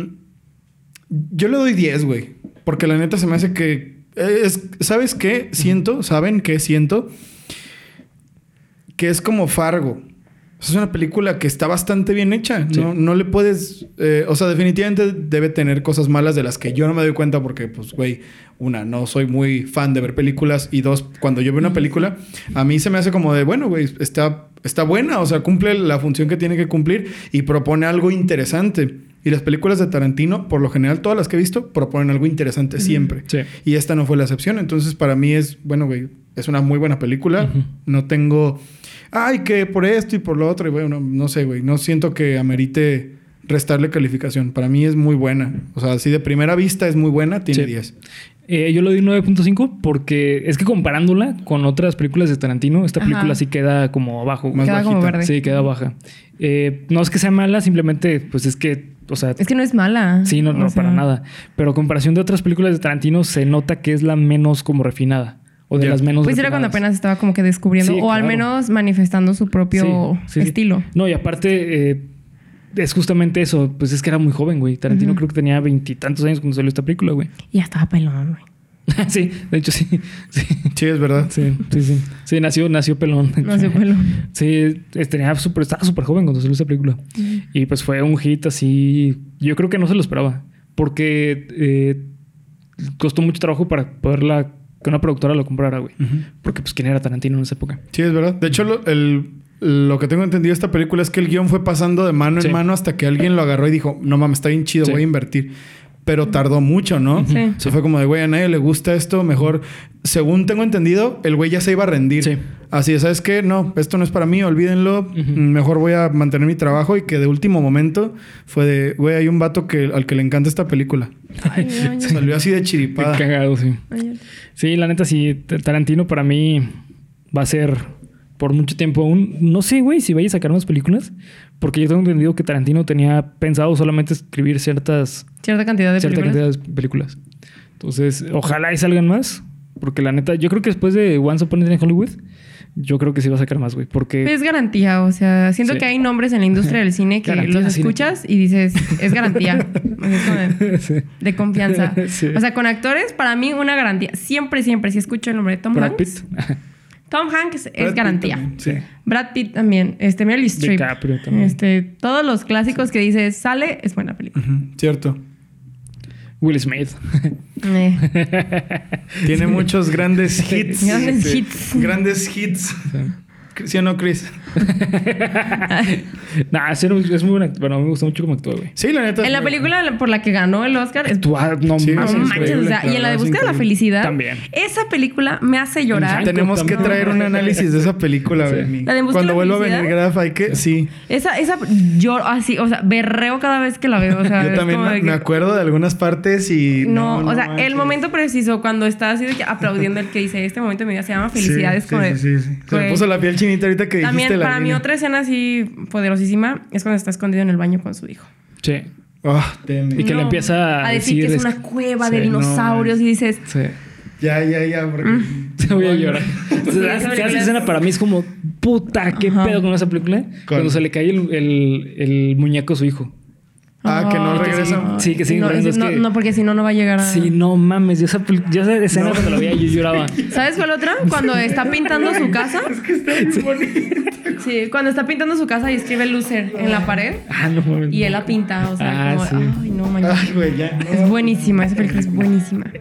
[SPEAKER 2] Yo le doy 10, güey. Porque la neta se me hace que. eh, es- ¿Sabes qué? Siento, ¿saben qué siento? Que es como Fargo. Es una película que está bastante bien hecha.
[SPEAKER 1] Sí.
[SPEAKER 2] No, no le puedes. eh, o sea, definitivamente debe tener cosas malas de las que yo no me doy cuenta porque, pues, güey, una, no soy muy fan de ver películas. Y dos, cuando yo veo una película, a mí se me hace como de, bueno, güey, está, está buena. O sea, cumple la función que tiene que cumplir y propone algo interesante. Y las películas de Tarantino, por lo general, todas las que he visto, proponen algo interesante siempre.
[SPEAKER 1] Sí.
[SPEAKER 2] Y esta no fue la excepción. Entonces, para mí es, bueno, güey, es una muy buena película.
[SPEAKER 1] Ujú.
[SPEAKER 2] No tengo, ay, que por esto y por lo otro. Y bueno, no sé, güey. No siento que amerite restarle calificación. Para mí es muy buena. O sea, si de primera vista es muy buena, tiene
[SPEAKER 1] Sí.
[SPEAKER 2] 10.
[SPEAKER 1] Eh, yo le doy 9.5 porque es que comparándola con otras películas de Tarantino, esta
[SPEAKER 3] Ajá.
[SPEAKER 1] película sí queda como abajo. güey.
[SPEAKER 2] Más
[SPEAKER 3] Queda como
[SPEAKER 2] bajita.
[SPEAKER 3] verde.
[SPEAKER 1] Sí, queda baja. Eh, no es que sea mala, simplemente, pues es que, o sea,
[SPEAKER 3] Es que no es mala.
[SPEAKER 1] sí, no,
[SPEAKER 3] O
[SPEAKER 1] no,
[SPEAKER 3] sea,
[SPEAKER 1] para nada. Pero a comparación de otras películas de Tarantino, se nota que es la menos como refinada. O de
[SPEAKER 2] Ya.
[SPEAKER 1] las menos.
[SPEAKER 3] Pues era cuando
[SPEAKER 1] refinadas.
[SPEAKER 3] apenas estaba como que descubriendo
[SPEAKER 1] Sí,
[SPEAKER 3] o al
[SPEAKER 1] claro.
[SPEAKER 3] menos manifestando su propio
[SPEAKER 1] Sí, sí, sí.
[SPEAKER 3] estilo.
[SPEAKER 1] No, y aparte, eh, es justamente eso. Pues es que era muy joven, güey. Tarantino creo que tenía veintitantos años cuando salió esta película, güey.
[SPEAKER 3] Y ya estaba pelón, güey.
[SPEAKER 1] sí, de hecho, sí. Sí,
[SPEAKER 2] Sí, es verdad.
[SPEAKER 1] sí, sí. Sí, Sí, nació, nació pelón.
[SPEAKER 3] No se pelón.
[SPEAKER 1] Sí, es- tenía súper- estaba súper joven cuando salió esta película. Y pues fue un hit así. Yo creo que no se lo esperaba. Porque eh, costó mucho trabajo para poderla. que una productora lo comprara, güey. Porque, pues, ¿quién era Tarantino en esa época?
[SPEAKER 2] Sí, es verdad. De hecho, lo, el- lo que tengo entendido de esta película es que el guión fue pasando de mano
[SPEAKER 1] Sí.
[SPEAKER 2] en mano hasta que alguien lo agarró y dijo, no mames, está bien chido,
[SPEAKER 1] Sí.
[SPEAKER 2] voy a invertir. Pero tardó mucho, ¿no?
[SPEAKER 3] Sí.
[SPEAKER 2] Se fue como de, güey, a nadie le gusta esto, mejor. Según tengo entendido, el güey ya se iba a rendir.
[SPEAKER 1] Sí.
[SPEAKER 2] Así, ¿sabes qué? No, esto no es para mí, olvídenlo. Mejor voy a mantener mi trabajo y que de último momento fue de, güey, hay un vato que, al que le encanta esta película.
[SPEAKER 3] Ay, no, ya.
[SPEAKER 2] Salió así de chiripada.
[SPEAKER 1] Cagado, sí.
[SPEAKER 3] Ay,
[SPEAKER 1] Sí, la neta, sí. T- Tarantino para mí va a ser por mucho tiempo aún. No sé, güey, si vaya a sacar más películas. Porque yo tengo entendido que Tarantino tenía pensado solamente escribir ciertas,
[SPEAKER 3] Cierta cantidad ¿Ah, de
[SPEAKER 1] cierta
[SPEAKER 3] películas.
[SPEAKER 1] cantidad de películas. Entonces, ojalá y salgan más. Porque la neta, yo creo que después de Once Upon a Time in Hollywood, yo creo que sí va a sacar más, güey. Porque.
[SPEAKER 3] Pues Es garantía, o sea, siento
[SPEAKER 1] Sí.
[SPEAKER 3] que hay nombres en la industria del cine que
[SPEAKER 1] Garantía
[SPEAKER 3] los
[SPEAKER 1] de cine.
[SPEAKER 3] escuchas y dices, es garantía. Es como de-
[SPEAKER 1] Sí.
[SPEAKER 3] De confianza.
[SPEAKER 1] Sí.
[SPEAKER 3] O sea, con actores, para mí una garantía. Siempre, siempre, si escucho el nombre de Tom
[SPEAKER 1] Brad Pitt.
[SPEAKER 3] Hanks. Tom Hanks
[SPEAKER 2] Brad
[SPEAKER 3] es
[SPEAKER 2] Pitt
[SPEAKER 3] garantía.
[SPEAKER 2] también,
[SPEAKER 1] Sí.
[SPEAKER 3] Brad Pitt también. Este, Meryl Streep.
[SPEAKER 1] DiCaprio también.
[SPEAKER 3] Este, todos los clásicos que dices, sale, es buena película.
[SPEAKER 2] Ujú, Cierto.
[SPEAKER 1] Will Smith.
[SPEAKER 3] Eh,
[SPEAKER 2] Tiene muchos grandes hits.
[SPEAKER 3] Grandes hits.
[SPEAKER 2] Grandes hits. ¿Sí o no, Chris?
[SPEAKER 1] nah, es un- es muy buen actor. Bueno, me gusta mucho como actúa, güey.
[SPEAKER 2] Sí, la neta. es
[SPEAKER 3] en la
[SPEAKER 2] muy
[SPEAKER 3] película por la que ganó el Oscar, es
[SPEAKER 1] Tú, ah, no
[SPEAKER 2] Sí,
[SPEAKER 3] no
[SPEAKER 1] mames,
[SPEAKER 2] es
[SPEAKER 3] manches, o
[SPEAKER 2] increíble,
[SPEAKER 3] sea, y en la
[SPEAKER 2] la verdad,
[SPEAKER 3] de
[SPEAKER 2] es
[SPEAKER 3] Busca de la
[SPEAKER 2] increíble.
[SPEAKER 3] Felicidad,
[SPEAKER 1] También.
[SPEAKER 3] esa película me hace
[SPEAKER 2] buena.
[SPEAKER 3] llorar.
[SPEAKER 2] Tenemos que traer un análisis de esa película,
[SPEAKER 1] Sí.
[SPEAKER 2] Bernie.
[SPEAKER 3] La de Busca
[SPEAKER 2] Cuando
[SPEAKER 3] la
[SPEAKER 2] vuelva a
[SPEAKER 3] Felicidad.
[SPEAKER 2] venir Graf, hay que. Sí.
[SPEAKER 3] Esa, esa, yo así, o sea, berreo cada vez que la veo. O sea,
[SPEAKER 2] Yo
[SPEAKER 3] es
[SPEAKER 2] también
[SPEAKER 3] como
[SPEAKER 2] me,
[SPEAKER 3] de que-
[SPEAKER 2] me acuerdo de algunas partes y.
[SPEAKER 3] No, o sea,
[SPEAKER 2] manches.
[SPEAKER 3] el momento preciso cuando está así de que aplaudiendo el que dice, este momento de mi vida se llama
[SPEAKER 2] Sí,
[SPEAKER 3] felicidades.
[SPEAKER 2] sí,
[SPEAKER 3] como
[SPEAKER 2] sí,
[SPEAKER 3] de-
[SPEAKER 2] sí, sí. Se me
[SPEAKER 3] güey.
[SPEAKER 2] puso la piel chinita ahorita que dijiste
[SPEAKER 3] También
[SPEAKER 2] la
[SPEAKER 3] para mí
[SPEAKER 2] línea.
[SPEAKER 3] otra escena así poderosísima es cuando está escondido en el baño con su hijo.
[SPEAKER 1] Sí.
[SPEAKER 2] Ah, teme.
[SPEAKER 1] Y que
[SPEAKER 3] No,
[SPEAKER 1] le empieza a,
[SPEAKER 3] a decir que es
[SPEAKER 1] es-
[SPEAKER 3] una cueva de
[SPEAKER 1] Sí, no,
[SPEAKER 3] dinosaurios y dices,
[SPEAKER 1] Sí.
[SPEAKER 2] Ya, ya, ya. Porque...
[SPEAKER 3] Mm.
[SPEAKER 1] Se voy a llorar.
[SPEAKER 3] esa
[SPEAKER 1] Entonces,
[SPEAKER 3] película
[SPEAKER 1] esa
[SPEAKER 3] es-
[SPEAKER 1] escena para mí es como, puta, qué
[SPEAKER 3] Ajá.
[SPEAKER 1] pedo con esa película. Cuando se le cae el, el, el muñeco a su hijo.
[SPEAKER 2] Ah, que no
[SPEAKER 3] "Ay".
[SPEAKER 2] regresa.
[SPEAKER 1] Sí, que siguen
[SPEAKER 3] no,
[SPEAKER 1] corriendo,
[SPEAKER 3] es-
[SPEAKER 1] es
[SPEAKER 3] no,
[SPEAKER 1] que-
[SPEAKER 3] no, porque si no, no va a llegar a...
[SPEAKER 1] Sí, no mames. Yo esa, peli- yo esa escena cuando la veía, yo lloraba.
[SPEAKER 3] ¿Sabes cuál otra? Cuando está pintando su casa.
[SPEAKER 2] que está muy bonito.
[SPEAKER 3] Sí, cuando está pintando su casa y escribe loser en la pared.
[SPEAKER 1] Ah, no mames.
[SPEAKER 3] Y él la pinta, o sea,
[SPEAKER 1] Ah,
[SPEAKER 3] como,
[SPEAKER 1] sí.
[SPEAKER 3] ay, no
[SPEAKER 2] Ay,
[SPEAKER 3] manches.
[SPEAKER 2] güey, ya. Ah,
[SPEAKER 3] Es buenísima, esa película es buenísima.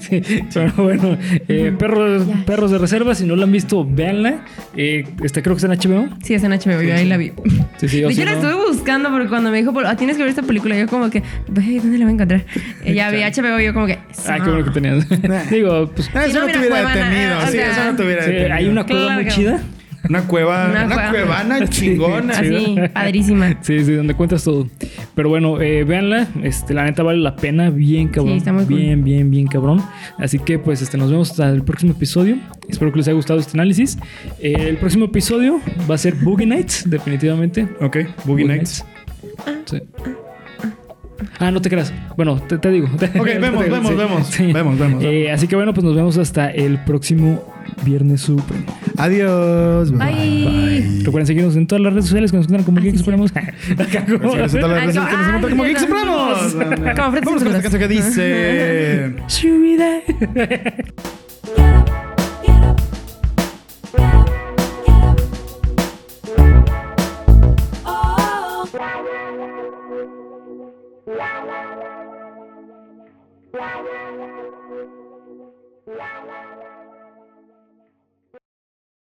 [SPEAKER 1] Sí, pero bueno, eh, perros,
[SPEAKER 3] Ya.
[SPEAKER 1] perros de reserva, si no la han visto, véanla. Eh, este, creo que está en HBO.
[SPEAKER 3] Sí, es en HBO, yo ahí la vi.
[SPEAKER 1] Sí, sí,
[SPEAKER 3] De
[SPEAKER 1] o si
[SPEAKER 3] hecho, la
[SPEAKER 1] no-
[SPEAKER 3] estuve buscando porque cuando me dijo, "Por- ah, tienes que ver esta película, yo como que, "Güey, ¿dónde la voy a encontrar? Y ya vi HBO, yo como que,
[SPEAKER 1] Ah, qué bueno que tenías. Digo, pues
[SPEAKER 2] Ah,
[SPEAKER 3] Si
[SPEAKER 2] eso
[SPEAKER 3] no
[SPEAKER 2] no,
[SPEAKER 3] hubiera
[SPEAKER 2] te hubiera
[SPEAKER 3] cueva,
[SPEAKER 2] detenido.
[SPEAKER 3] nada, o
[SPEAKER 2] sí,
[SPEAKER 3] sea-
[SPEAKER 2] eso no te hubiera
[SPEAKER 1] sí,
[SPEAKER 2] detenido.
[SPEAKER 1] hay una cueva
[SPEAKER 3] Claro
[SPEAKER 1] muy
[SPEAKER 3] que-
[SPEAKER 1] chida.
[SPEAKER 2] Una cueva,
[SPEAKER 3] Una
[SPEAKER 2] una,
[SPEAKER 3] cueva.
[SPEAKER 2] cuevana
[SPEAKER 1] Sí,
[SPEAKER 2] chingona.
[SPEAKER 1] sí.
[SPEAKER 3] así, padrísima.
[SPEAKER 1] Sí, sí, donde cuentas todo. Pero bueno, eh, véanla. Este, la neta vale la pena. Bien cabrón.
[SPEAKER 3] Sí, está muy cool.
[SPEAKER 1] bien, bien, bien cabrón. Así que pues este, nos vemos hasta el próximo episodio. Espero que les haya gustado este análisis. Eh, el próximo episodio va a ser Boogie Nights, definitivamente.
[SPEAKER 2] Ok, Boogie Nights.
[SPEAKER 1] Sí. Ah, no te creas. Bueno, te, te digo.
[SPEAKER 2] Ok, vemos, vemos, vemos. Vemos, vemos,
[SPEAKER 1] Eh, así que bueno, pues nos vemos hasta el próximo Viernes Supremo.
[SPEAKER 2] Adiós.
[SPEAKER 3] Bye.
[SPEAKER 1] Recuerden seguirnos en todas las redes sociales que nos encuentran como
[SPEAKER 3] Ah,
[SPEAKER 1] Geek
[SPEAKER 3] sí,
[SPEAKER 1] Supremos.
[SPEAKER 2] Gracias a todas las
[SPEAKER 3] Ay,
[SPEAKER 2] personas que nos
[SPEAKER 3] ay,
[SPEAKER 2] encuentran como
[SPEAKER 3] Dios,
[SPEAKER 2] Geeks Supremos.
[SPEAKER 3] Dios. Como Fred
[SPEAKER 2] Vamos con esta
[SPEAKER 3] Simpson.
[SPEAKER 2] canción que dice...
[SPEAKER 1] Su vida.